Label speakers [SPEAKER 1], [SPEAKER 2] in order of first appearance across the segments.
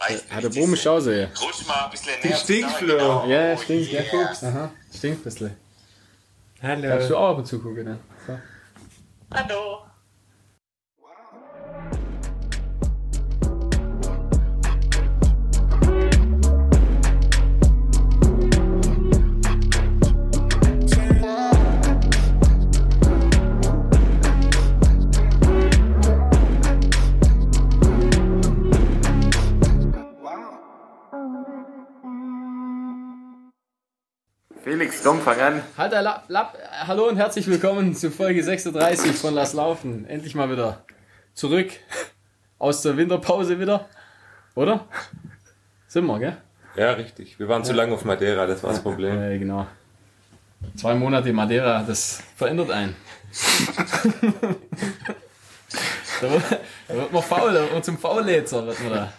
[SPEAKER 1] Weiß Hat eine Bohmischause.
[SPEAKER 2] Rutsch mal ein bisschen
[SPEAKER 3] Die
[SPEAKER 2] näher.
[SPEAKER 3] Stinkflöhe.
[SPEAKER 2] Genau.
[SPEAKER 1] Ja,
[SPEAKER 2] Oh,
[SPEAKER 1] stinkt, der
[SPEAKER 2] yeah.
[SPEAKER 1] Fuchs. Aha, stinkt ein bisschen. Darfst du
[SPEAKER 3] Hallo.
[SPEAKER 1] auch ab und zu gucken, ne? So.
[SPEAKER 2] Hallo.
[SPEAKER 3] Felix, komm, fang an.
[SPEAKER 1] Halt der Lapp, Lapp. Hallo und herzlich willkommen zu Folge 36 von Lass Laufen. Endlich mal wieder zurück aus der Winterpause wieder, oder? Sind wir, gell?
[SPEAKER 3] Ja, richtig. Wir waren zu lange auf Madeira, das war das Problem.
[SPEAKER 1] Äh, genau. Zwei Monate Madeira, das verändert einen. da, wird, da wird man faul, da wird man zum Fauläzer wird man da.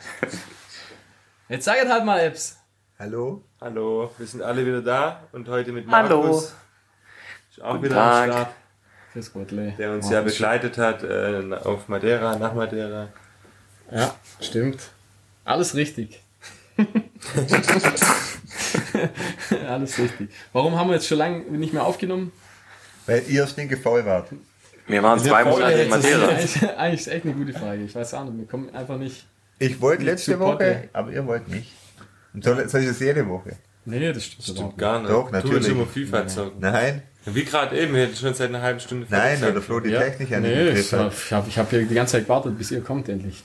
[SPEAKER 1] Jetzt sagt halt mal, Apps.
[SPEAKER 4] Hallo?
[SPEAKER 3] Hallo, wir sind alle wieder da und heute mit
[SPEAKER 2] Hallo.
[SPEAKER 3] Markus. Ist auch wieder
[SPEAKER 4] Tag.
[SPEAKER 3] am Start,
[SPEAKER 1] Grüß Gott, Lei.
[SPEAKER 3] der uns ja begleitet hat äh, auf Madeira, nach Madeira.
[SPEAKER 1] Ja, stimmt. Alles richtig. Alles richtig. Warum haben wir jetzt schon lange nicht mehr aufgenommen?
[SPEAKER 4] Weil ihr stinkefaul wart.
[SPEAKER 5] Wir waren zwei Monate in
[SPEAKER 1] Das ist
[SPEAKER 5] Madeira.
[SPEAKER 1] eigentlich, eigentlich ist echt eine gute Frage. Ich weiß auch nicht. Wir kommen einfach nicht.
[SPEAKER 4] Ich wollte
[SPEAKER 1] Nicht
[SPEAKER 4] letzte
[SPEAKER 1] zu
[SPEAKER 4] Woche,
[SPEAKER 1] Potte.
[SPEAKER 4] aber ihr wollt nicht. Und soll, soll ich das jede Woche?
[SPEAKER 1] Nee, das stimmt,
[SPEAKER 3] Stimmt gar nicht.
[SPEAKER 4] Doch,
[SPEAKER 3] Du willst
[SPEAKER 4] natürlich.
[SPEAKER 3] immer FIFA zocken.
[SPEAKER 4] Nein,
[SPEAKER 3] Wie gerade eben, wir hätten schon seit einer halben Stunde
[SPEAKER 4] nein,
[SPEAKER 3] fertig
[SPEAKER 4] oder Flo die
[SPEAKER 1] Ja.
[SPEAKER 4] Technik an
[SPEAKER 1] nee,
[SPEAKER 4] den
[SPEAKER 1] ich
[SPEAKER 4] Griff
[SPEAKER 1] habe
[SPEAKER 4] hat.
[SPEAKER 1] hab, ich hab hier die ganze Zeit gewartet, bis ihr kommt endlich.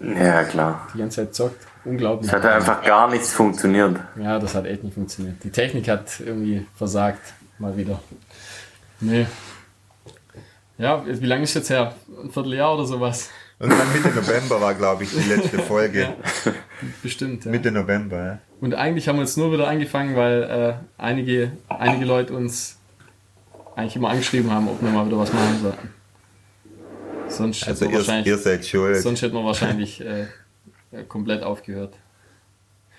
[SPEAKER 5] Ja, klar.
[SPEAKER 1] Die ganze Zeit zockt. Unglaublich.
[SPEAKER 5] Es hat einfach gar nichts funktioniert.
[SPEAKER 1] Ja, das hat echt nicht funktioniert. Die Technik hat irgendwie versagt. Mal wieder. Nee. Ja, wie lange ist jetzt her? Ein Vierteljahr oder sowas?
[SPEAKER 4] Irgendwann Mitte November war, glaube ich, die letzte Folge.
[SPEAKER 1] Bestimmt. Ja.
[SPEAKER 4] Mitte November, ja.
[SPEAKER 1] Und eigentlich haben wir jetzt nur wieder angefangen, weil äh, einige, einige Leute uns eigentlich immer angeschrieben haben, ob wir mal wieder was machen sollten. Sonst
[SPEAKER 4] Also
[SPEAKER 1] hätten wir
[SPEAKER 4] ihr,
[SPEAKER 1] wahrscheinlich,
[SPEAKER 4] ihr seid schuld.
[SPEAKER 1] sonst hätten wir wahrscheinlich äh, äh, komplett aufgehört.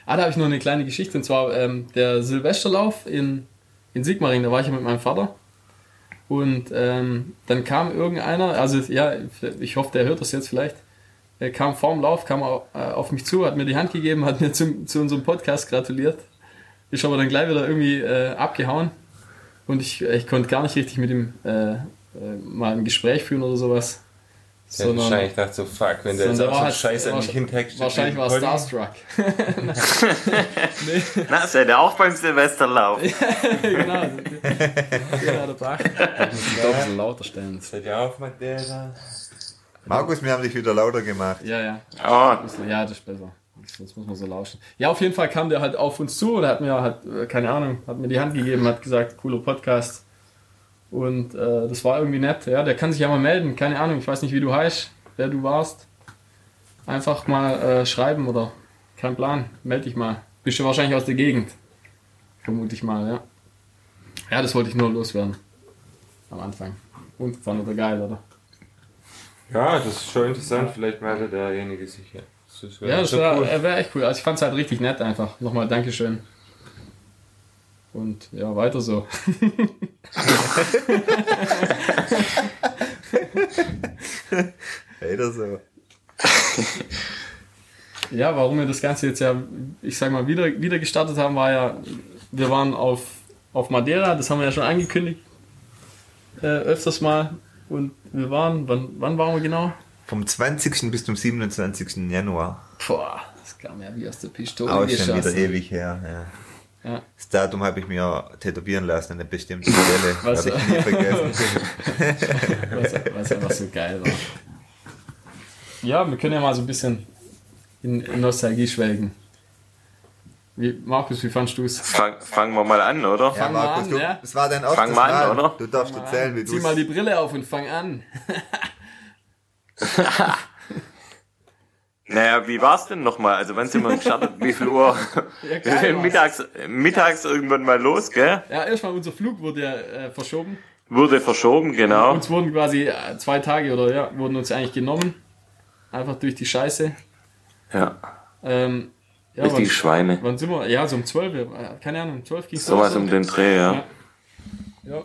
[SPEAKER 1] Ah, da habe ich noch eine kleine Geschichte. Und zwar ähm, der Silvesterlauf in, in Sigmaringen. Da war ich ja mit meinem Vater. Und ähm, dann kam irgendeiner, also ja, ich hoffe, der hört das jetzt vielleicht. Er kam vorm Lauf, kam au- äh, auf mich zu, hat mir die Hand gegeben, hat mir zum, zu unserem Podcast gratuliert. Ist aber dann gleich wieder irgendwie äh, abgehauen. Und ich, ich konnte gar nicht richtig mit ihm äh, äh, mal ein Gespräch führen oder sowas.
[SPEAKER 3] Der hat wahrscheinlich dachte so, fuck, wenn der jetzt
[SPEAKER 1] sondern
[SPEAKER 3] auch so
[SPEAKER 1] halt-
[SPEAKER 3] scheiße an mich
[SPEAKER 1] wahrscheinlich-
[SPEAKER 3] hintextet.
[SPEAKER 1] Wahrscheinlich war er
[SPEAKER 3] Olli,
[SPEAKER 1] Starstruck.
[SPEAKER 5] Na, seid ihr auch beim Silvesterlauf?
[SPEAKER 1] genau. Ja, der Bach. Ich glaube, so lauter stellen.
[SPEAKER 3] Seid ihr auf Madeira?
[SPEAKER 4] Markus, wir haben dich wieder lauter gemacht.
[SPEAKER 1] Ja, ja.
[SPEAKER 5] Oh,
[SPEAKER 1] Ja, das ist besser. Sonst muss man so lauschen. Ja, auf jeden Fall kam der halt auf uns zu und hat mir halt, äh, keine Ahnung, hat mir die Hand gegeben, hat gesagt, cooler Podcast. Und äh, das war irgendwie nett. Ja, der kann sich ja mal melden. Keine Ahnung, ich weiß nicht, wie du heißt, wer du warst. Einfach mal äh, schreiben oder kein Plan. Meld dich mal. Bist du wahrscheinlich aus der Gegend. Vermute ich mal, ja. Ja, das wollte ich nur loswerden. Am Anfang. Und fand er geil, oder?
[SPEAKER 3] Ja, das ist schon interessant, vielleicht meldet derjenige sich ja. Das
[SPEAKER 1] Ja,
[SPEAKER 3] wäre
[SPEAKER 1] das
[SPEAKER 3] schon
[SPEAKER 1] wäre
[SPEAKER 3] cool.
[SPEAKER 1] wär echt cool. Also ich fand es halt richtig nett einfach. Nochmal Dankeschön. Und ja, weiter so.
[SPEAKER 4] Leider so.
[SPEAKER 1] Ja, warum wir das Ganze jetzt ja, ich sag mal, wieder, wieder gestartet haben, war ja, wir waren auf, auf Madeira, das haben wir ja schon angekündigt. Äh, öfters mal. Und wir waren, wann, wann waren wir genau?
[SPEAKER 4] Vom 20. bis zum 27. Januar.
[SPEAKER 1] Boah, das kam ja wie aus der Pistole
[SPEAKER 4] Auch schon wieder
[SPEAKER 1] geschossen.
[SPEAKER 4] ewig her. Ja.
[SPEAKER 1] Oh, Ja.
[SPEAKER 4] Das Datum habe ich mir tätowieren lassen an einer bestimmten Stelle.
[SPEAKER 1] Was-
[SPEAKER 4] Habe ich nie vergessen.
[SPEAKER 1] Was, was einfach so geil war. Ja, wir können ja mal so ein bisschen in, in Nostalgie schwelgen. Wie, Markus, wie fandst du es?
[SPEAKER 5] fang, fangen wir mal an, oder?
[SPEAKER 4] Ja,
[SPEAKER 1] Fang mal
[SPEAKER 4] Markus,
[SPEAKER 1] an,
[SPEAKER 4] du,
[SPEAKER 1] ja.
[SPEAKER 4] das war dein erstes
[SPEAKER 5] Fang mal an,
[SPEAKER 4] Mal.
[SPEAKER 5] oder?
[SPEAKER 4] Du darfst erzählen, wie du
[SPEAKER 1] Zieh mal die Brille auf und fang an.
[SPEAKER 5] Naja, wie war's denn nochmal? Also wann sind wir gestartet? Wie viel Uhr?
[SPEAKER 1] Ja, geil
[SPEAKER 5] Wir sind
[SPEAKER 1] war's.
[SPEAKER 5] mittags, mittags irgendwann mal los, gell?
[SPEAKER 1] Ja, erstmal unser Flug wurde ja äh, verschoben.
[SPEAKER 5] Wurde verschoben, genau.
[SPEAKER 1] Uns wurden quasi äh, zwei Tage oder ja, wurden uns eigentlich genommen. Einfach durch die Scheiße.
[SPEAKER 5] Ja,
[SPEAKER 1] Ähm, ja,
[SPEAKER 5] richtig
[SPEAKER 1] wann,
[SPEAKER 5] Schweine.
[SPEAKER 1] wann sind wir? Ja, um so um
[SPEAKER 5] um
[SPEAKER 1] 12. äh, Keine Ahnung, um 12 ging es
[SPEAKER 5] Sowas um den Dreh, ja.
[SPEAKER 1] Ja.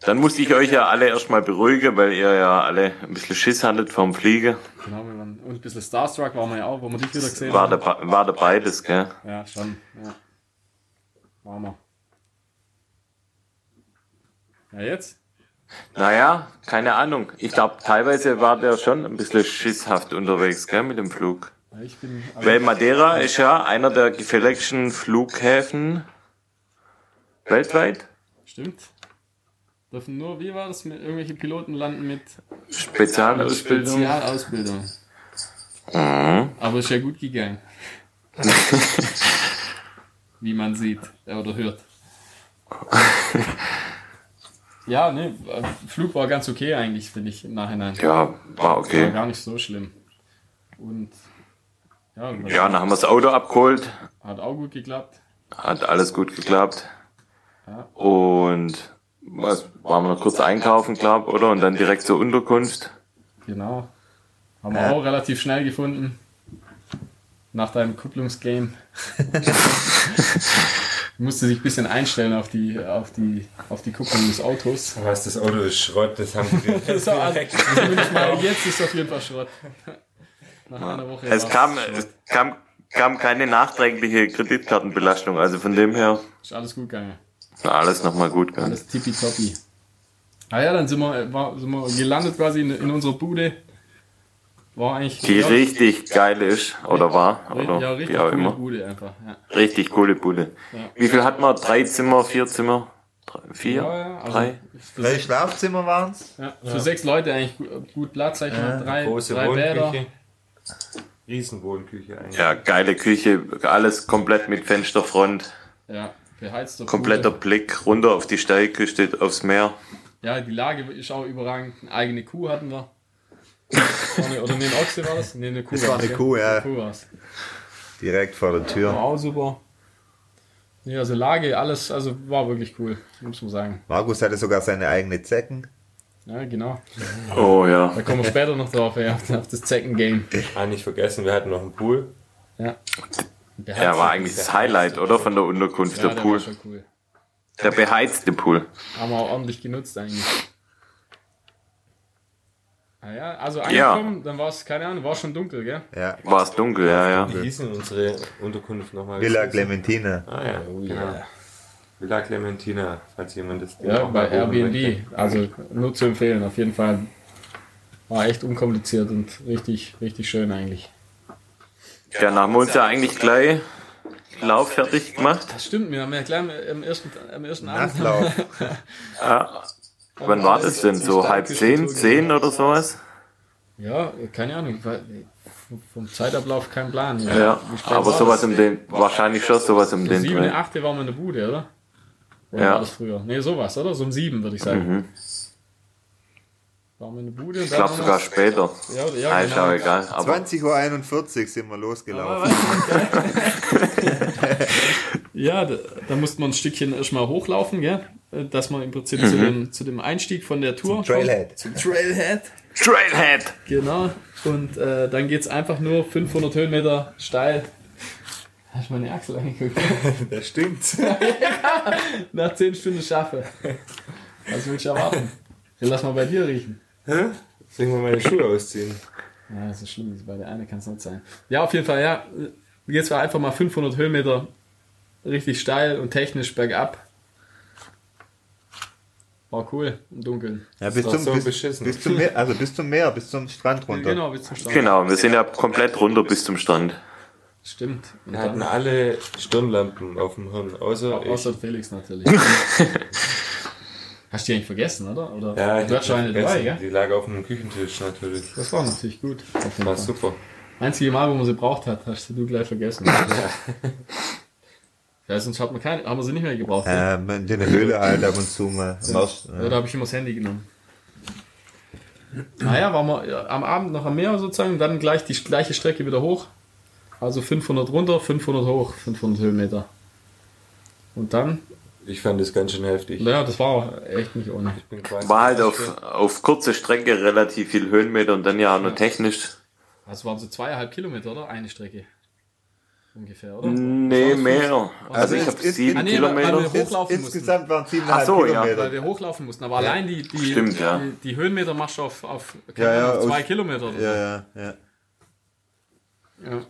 [SPEAKER 5] Dann musste ich euch ja alle erstmal beruhigen, weil ihr ja alle ein bisschen Schiss hattet vom Fliegen.
[SPEAKER 1] Genau, wir waren, und ein bisschen Starstruck waren wir ja auch, wo wir dich wieder gesehen
[SPEAKER 5] War,
[SPEAKER 1] haben.
[SPEAKER 5] da, war da beides, gell?
[SPEAKER 1] Ja, schon. Ja. Waren wir. Ja, jetzt?
[SPEAKER 5] Naja, keine Ahnung. Ich glaube, teilweise war der schon ein bisschen schisshaft unterwegs, gell, mit dem Flug.
[SPEAKER 1] Ja, ich bin. also, aber-
[SPEAKER 5] Weil Madeira ist ja einer der gefährlichsten Flughäfen weltweit.
[SPEAKER 1] Stimmt. Dürfen nur, wie war das, mit irgendwelche Piloten landen mit
[SPEAKER 5] Spezialausbildung.
[SPEAKER 1] Spezialausbildung.
[SPEAKER 5] Mhm.
[SPEAKER 1] Aber ist ja gut gegangen. Wie man sieht äh, oder hört. Ja, ne, Flug war ganz okay eigentlich, finde ich, im Nachhinein.
[SPEAKER 5] Ja, war
[SPEAKER 1] War
[SPEAKER 5] okay.
[SPEAKER 1] gar nicht so schlimm. Und ja,
[SPEAKER 5] Ja, dann haben wir das Auto abgeholt.
[SPEAKER 1] hat auch gut geklappt.
[SPEAKER 5] Hat alles gut geklappt.
[SPEAKER 1] Ja.
[SPEAKER 5] Und was, waren wir noch kurz einkaufen, glaub, oder? Und dann direkt zur Unterkunft.
[SPEAKER 1] Genau. Haben wir auch relativ schnell gefunden. Nach deinem Kupplungsgame. Musste sich ein bisschen einstellen auf die, auf die, auf die Kupplung des Autos.
[SPEAKER 3] Was, das Auto ist Schrott, das haben wir
[SPEAKER 1] So, also, zumindest mal jetzt ist auf jeden Fall Schrott. Nach einer Woche.
[SPEAKER 5] Es
[SPEAKER 1] war
[SPEAKER 5] kam,
[SPEAKER 1] Schrott.
[SPEAKER 5] es kam, kam keine nachträgliche Kreditkartenbelastung. Also von dem her,
[SPEAKER 1] Ist alles gut gegangen.
[SPEAKER 5] na, alles nochmal gut gegangen.
[SPEAKER 1] Alles tippitoppi. Ah ja, dann sind wir, äh, war, sind wir gelandet quasi in, in unserer Bude. War eigentlich.
[SPEAKER 5] Die richtig geil ist, oder war, oder
[SPEAKER 1] ja, richtig
[SPEAKER 5] wie auch
[SPEAKER 1] coole
[SPEAKER 5] immer.
[SPEAKER 1] Bude einfach. Ja.
[SPEAKER 5] Richtig coole Bude.
[SPEAKER 1] Ja.
[SPEAKER 5] Wie viel hat man? Drei Zimmer, vier Zimmer? Drei, vier?
[SPEAKER 1] Ja, ja, also-
[SPEAKER 5] Drei?
[SPEAKER 4] Drei Schlafzimmer waren es.
[SPEAKER 1] Ja, für sechs Leute eigentlich gut, gut Platz, sag ich mal. Drei,
[SPEAKER 3] Große
[SPEAKER 1] drei Bäder.
[SPEAKER 3] Wohnküche. Riesenwohnküche eigentlich.
[SPEAKER 5] Ja, geile Küche, alles komplett mit Fensterfront,
[SPEAKER 1] Ja, beheizter
[SPEAKER 5] kompletter
[SPEAKER 1] Bude.
[SPEAKER 5] Blick runter auf die Steilküste, aufs Meer.
[SPEAKER 1] Ja, die Lage ist auch überragend. Eine eigene Kuh hatten wir. Vorne- Oder ne, ein Ochse war das? Ne, eine Kuh
[SPEAKER 4] Das war
[SPEAKER 1] war's,
[SPEAKER 4] eine
[SPEAKER 1] gell?
[SPEAKER 4] Kuh, ja.
[SPEAKER 1] Eine Kuh war's.
[SPEAKER 4] Direkt vor der
[SPEAKER 1] War
[SPEAKER 4] Tür.
[SPEAKER 1] auch super. Ja, also Lage, alles, also war wirklich cool, muss man sagen.
[SPEAKER 4] Markus hatte sogar seine eigene Zecken.
[SPEAKER 1] Ja, genau.
[SPEAKER 5] Oh ja.
[SPEAKER 1] Da kommen wir später noch drauf, ja, auf das Zecken-Game.
[SPEAKER 3] Ah, nicht vergessen, wir hatten noch einen Pool.
[SPEAKER 1] Der
[SPEAKER 5] Ja,
[SPEAKER 1] hat-
[SPEAKER 5] war eigentlich das Highlight, oder? Von der Unterkunft,
[SPEAKER 1] ja,
[SPEAKER 5] der
[SPEAKER 1] War
[SPEAKER 5] Pool.
[SPEAKER 1] schon cool.
[SPEAKER 5] Der beheizte Pool.
[SPEAKER 1] Haben wir auch ordentlich genutzt eigentlich. Ah ja, also
[SPEAKER 5] Ja.
[SPEAKER 1] angekommen, dann war es, keine Ahnung, war schon dunkel, gell?
[SPEAKER 4] Ja.
[SPEAKER 5] War es dunkel, ja, ja.
[SPEAKER 3] Wie hieß denn unsere Unterkunft nochmal?
[SPEAKER 4] Villa Clementina.
[SPEAKER 3] Ah ja,
[SPEAKER 1] Oh
[SPEAKER 3] genau. Villa Clementina, falls jemand das Ding
[SPEAKER 1] Ja,
[SPEAKER 3] auch mal
[SPEAKER 1] bei
[SPEAKER 3] buchen möchte.
[SPEAKER 1] Airbnb. Also nur zu empfehlen, auf jeden Fall. War echt unkompliziert und richtig, richtig schön eigentlich.
[SPEAKER 5] Ja, dann haben wir uns ja eigentlich gleich Lauf fertig gemacht.
[SPEAKER 1] Das stimmt, wir haben ja gleich am- am ersten, am ersten Abend.
[SPEAKER 4] Nachtlauf.
[SPEAKER 5] Ja. Wann war das denn? So halb zehn, zehn oder sowas?
[SPEAKER 1] Ja, keine Ahnung. ich weiß- Vom Zeitablauf kein Plan.
[SPEAKER 5] Ja,
[SPEAKER 1] Wie spät
[SPEAKER 5] aber
[SPEAKER 1] war
[SPEAKER 5] sowas
[SPEAKER 1] das?
[SPEAKER 5] im den, wahrscheinlich schon sowas im
[SPEAKER 1] Um
[SPEAKER 5] den
[SPEAKER 1] 7,
[SPEAKER 5] Dreh.
[SPEAKER 1] 8 waren wir in der Bude, oder? Oder
[SPEAKER 5] Ja. Mhm.
[SPEAKER 1] war das früher? Nee, sowas, oder? So um 7, würde ich sagen. Waren wir in der Bude? und
[SPEAKER 5] Ich
[SPEAKER 1] dann
[SPEAKER 5] glaube
[SPEAKER 1] haben
[SPEAKER 5] sogar
[SPEAKER 1] wir-
[SPEAKER 5] später.
[SPEAKER 1] Ja, oder-
[SPEAKER 5] Ah,
[SPEAKER 1] ja,
[SPEAKER 5] ist auch
[SPEAKER 1] genau.
[SPEAKER 5] egal. Aber
[SPEAKER 4] 20.41 Uhr sind wir losgelaufen.
[SPEAKER 1] Ja, da, da musste man ein Stückchen erstmal hochlaufen, gell? Äh, Dass man im Prinzip zu,
[SPEAKER 5] Mhm.
[SPEAKER 1] dem, zu dem Einstieg von der Tour.
[SPEAKER 4] Trailhead.
[SPEAKER 1] Zum Trailhead.
[SPEAKER 5] Trailhead!
[SPEAKER 1] Genau. Und äh, dann geht's einfach nur 500 Höhenmeter steil. Hast du meine Achsel angeguckt?
[SPEAKER 3] Das stimmt.
[SPEAKER 1] Nach 10 Stunden schaffe. Was willst du erwarten? Den lass mal bei dir riechen.
[SPEAKER 3] Hä? Soll ich mal meine Schuhe ausziehen?
[SPEAKER 1] Ja, so schlimm ist bei der eine kann es nicht sein. Ja, auf jeden Fall, ja. Jetzt war einfach mal 500 Höhenmeter richtig steil und technisch bergab. War cool im Dunkeln.
[SPEAKER 4] Ja, bis
[SPEAKER 3] doch
[SPEAKER 4] zum,
[SPEAKER 3] so
[SPEAKER 4] bis,
[SPEAKER 3] beschissen.
[SPEAKER 4] bis zum Meer, also bis zum Meer, bis zum Strand runter.
[SPEAKER 1] Genau, bis zum Strand.
[SPEAKER 5] Genau, wir sind ja komplett runter bis zum Strand.
[SPEAKER 1] Stimmt. Und
[SPEAKER 3] Wir hatten
[SPEAKER 1] dann,
[SPEAKER 3] alle Stirnlampen auf dem Hirn, außer ich.
[SPEAKER 1] außer Felix natürlich. Hast du die eigentlich vergessen, oder? oder
[SPEAKER 3] Ja, ich
[SPEAKER 1] du
[SPEAKER 3] hab
[SPEAKER 1] hattest schon eine
[SPEAKER 3] vergessen,
[SPEAKER 1] dabei, ja?
[SPEAKER 3] Die lag auf dem Küchentisch natürlich.
[SPEAKER 1] Das war natürlich gut. Auf jeden
[SPEAKER 3] War
[SPEAKER 1] Fall.
[SPEAKER 3] super.
[SPEAKER 1] Einzige Mal, wo man sie braucht hat, hast du gleich vergessen. ja, sonst hat man keine, haben wir sie nicht mehr gebraucht. ne?
[SPEAKER 4] Ähm, in der Höhle halt ab und zu mal. Marsch-
[SPEAKER 1] Ja, da habe ich immer das Handy genommen. Naja, waren wir ja, am Abend noch am Meer sozusagen, dann gleich die gleiche Strecke wieder hoch. Also 500 runter, 500 hoch, 500 Höhenmeter. Und dann,
[SPEAKER 3] Ich fand das ganz schön heftig.
[SPEAKER 1] naja, das war auch echt nicht ohne.
[SPEAKER 3] Ich bin quasi-
[SPEAKER 5] War halt auf, auf kurze Strecke relativ viel Höhenmeter und dann ja auch nur technisch.
[SPEAKER 1] Also waren so zweieinhalb Kilometer, oder? Eine Strecke. ungefähr, oder?
[SPEAKER 4] Mhm.
[SPEAKER 5] Nee, mehr. Also
[SPEAKER 1] Also
[SPEAKER 5] ich
[SPEAKER 1] ist-
[SPEAKER 5] habe
[SPEAKER 4] ist-
[SPEAKER 5] sieben
[SPEAKER 4] Ah,
[SPEAKER 1] nee, aber-
[SPEAKER 5] Kilometer.
[SPEAKER 1] aber- Hochlaufen mussten.
[SPEAKER 4] Insgesamt waren es
[SPEAKER 5] Ach so, ja,
[SPEAKER 4] Kilometer.
[SPEAKER 1] Weil wir hochlaufen mussten. Aber allein die, die,
[SPEAKER 5] Stimmt, ja.
[SPEAKER 1] die, die Höhenmeter machst du auf, auf, keine
[SPEAKER 4] Ja, ja,
[SPEAKER 1] Ahnung, auf zwei
[SPEAKER 4] aus-
[SPEAKER 1] Kilometer. oder so.
[SPEAKER 4] ja, ja, ja.
[SPEAKER 1] Ja.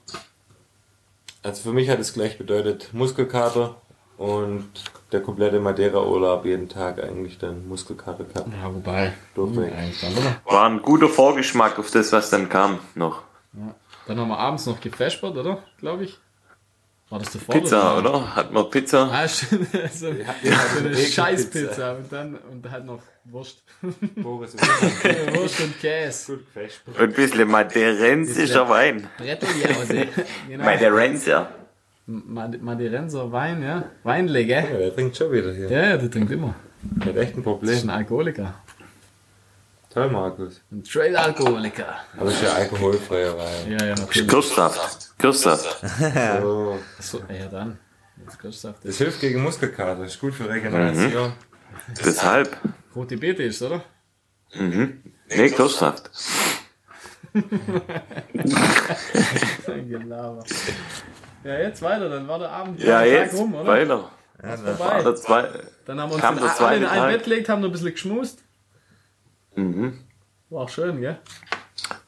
[SPEAKER 3] Also für mich hat es gleich bedeutet Muskelkater und der komplette Madeira-Urlaub jeden Tag eigentlich dann Muskelkater gehabt.
[SPEAKER 1] Ja, wobei.
[SPEAKER 3] Durchweg.
[SPEAKER 1] Eigentlich dann, oder?
[SPEAKER 5] War ein guter Vorgeschmack auf das, was dann kam noch.
[SPEAKER 1] Ja. Dann haben wir abends noch gefashbert, oder? Glaube ich. War das davor?
[SPEAKER 5] Pizza,
[SPEAKER 1] danach?
[SPEAKER 5] oder? Hat man Pizza?
[SPEAKER 1] Ah, schön. So, so eine Scheißpizza und dann, und halt noch Wurst.
[SPEAKER 3] Boris, wir sind
[SPEAKER 1] Wurst und Käse.
[SPEAKER 3] gut geflasht.
[SPEAKER 5] Und ein bisschen maderensischer Wein.
[SPEAKER 1] Bretteljause. Genau.
[SPEAKER 5] Maderenser.
[SPEAKER 1] Mad- Madeirenser Wein, ja. Weinle, gell?
[SPEAKER 3] Ja, der trinkt schon wieder hier.
[SPEAKER 1] Ja, ja, der trinkt immer.
[SPEAKER 3] Der hat echt ein
[SPEAKER 1] Das ist ein
[SPEAKER 3] Problem.
[SPEAKER 1] Alkoholiker.
[SPEAKER 3] Toll, Markus.
[SPEAKER 1] Ein Trail-Alkoholiker.
[SPEAKER 3] Aber es ist ja alkoholfreier Wein.
[SPEAKER 1] Ja, ja, natürlich.
[SPEAKER 5] Kirschsaft. Kirschsaft.
[SPEAKER 3] So.
[SPEAKER 1] So, ja, dann. Jetzt Kirschsaft.
[SPEAKER 3] Das hilft gegen Muskelkater, ist gut für Regeneration.
[SPEAKER 1] Mhm.
[SPEAKER 5] Deshalb.
[SPEAKER 1] Rote Beete ist, oder?
[SPEAKER 5] Nee, Kirschsaft.
[SPEAKER 1] Ein Gelaber. Ja, jetzt weiter, dann war der Abend
[SPEAKER 5] Ja,
[SPEAKER 1] der Tag
[SPEAKER 5] jetzt.
[SPEAKER 1] rum, oder?
[SPEAKER 5] Weiter.
[SPEAKER 1] Vorbei.
[SPEAKER 5] Oder zwei.
[SPEAKER 1] Dann haben wir uns
[SPEAKER 5] Kam
[SPEAKER 1] in,
[SPEAKER 5] der
[SPEAKER 1] alle
[SPEAKER 5] zweite
[SPEAKER 1] in ein
[SPEAKER 5] Tag.
[SPEAKER 1] Bett gelegt, haben noch ein bisschen geschmust.
[SPEAKER 5] Mhm.
[SPEAKER 1] War auch schön, gell?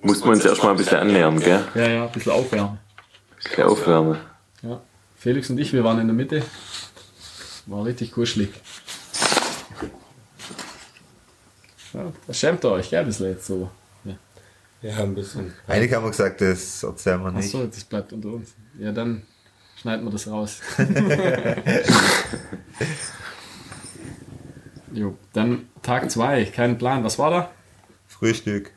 [SPEAKER 5] Muss man uns erstmal ein bisschen annähern, gell?
[SPEAKER 1] Ja, ja, ein bisschen aufwärmen.
[SPEAKER 5] Bisschen Aufwärmen.
[SPEAKER 1] Ja. Felix und ich, wir waren in der Mitte. War richtig kuschelig. Ja, da schämt ihr euch, gell, ein bisschen jetzt so.
[SPEAKER 3] Ja, ein bisschen.
[SPEAKER 4] Eigentlich haben wir gesagt, das erzählen wir nicht.
[SPEAKER 1] Achso, das bleibt unter uns. Ja, dann schneiden wir das raus. jo, dann Tag 2, keinen Plan. Was war da?
[SPEAKER 4] Frühstück.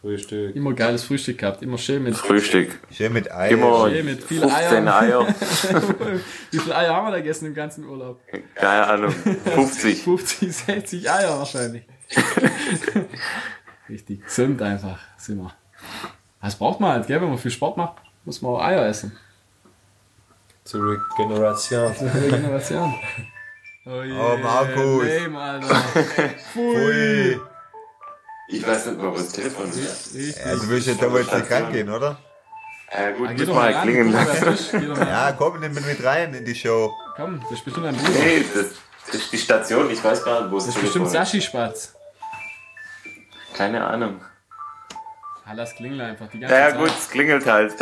[SPEAKER 3] Frühstück.
[SPEAKER 1] Immer geiles Frühstück gehabt, immer schön mit,
[SPEAKER 5] Frühstück.
[SPEAKER 4] Schön mit Ei.
[SPEAKER 5] Immer
[SPEAKER 1] schön mit viel
[SPEAKER 5] 15
[SPEAKER 1] Eier.
[SPEAKER 5] Eier.
[SPEAKER 1] Wie viele Eier haben wir da gegessen im ganzen Urlaub?
[SPEAKER 5] Keine Ahnung. 50.
[SPEAKER 1] 50, 60 Eier wahrscheinlich. Richtig gesund einfach, sind wir. Das braucht man halt, gell? Wenn man viel Sport macht, muss man auch Eier essen.
[SPEAKER 3] Zur Regeneration.
[SPEAKER 1] Regeneration. Oh, je,
[SPEAKER 4] Oh, Markus.
[SPEAKER 1] Lame, Alter.
[SPEAKER 4] Ui.
[SPEAKER 5] Ich weiß nicht, warum das Telefon ist.
[SPEAKER 1] Richtig.
[SPEAKER 4] Ja, du willst jetzt aber jetzt nicht rangehen, oder?
[SPEAKER 5] Ja, gut,
[SPEAKER 1] Ah, geh
[SPEAKER 5] muss
[SPEAKER 1] doch
[SPEAKER 5] mal halt
[SPEAKER 1] ran,
[SPEAKER 5] klingen
[SPEAKER 1] guck mal,
[SPEAKER 5] lassen.
[SPEAKER 1] wer frisch, geh doch mal
[SPEAKER 4] Ja,
[SPEAKER 1] ran.
[SPEAKER 4] komm, nimm ihn mit rein in die Show.
[SPEAKER 1] Komm, das ist bestimmt ein Bruder.
[SPEAKER 5] Nee, das, das ist die Station. Ich weiß gar nicht, wo es
[SPEAKER 1] Das ist bestimmt
[SPEAKER 5] Telefon
[SPEAKER 1] Sashi-Spatz.
[SPEAKER 5] ist. Keine Ahnung.
[SPEAKER 1] Ah, lass Klingel einfach. Die ganze
[SPEAKER 5] Ja,
[SPEAKER 1] Zeit.
[SPEAKER 5] gut, es klingelt halt.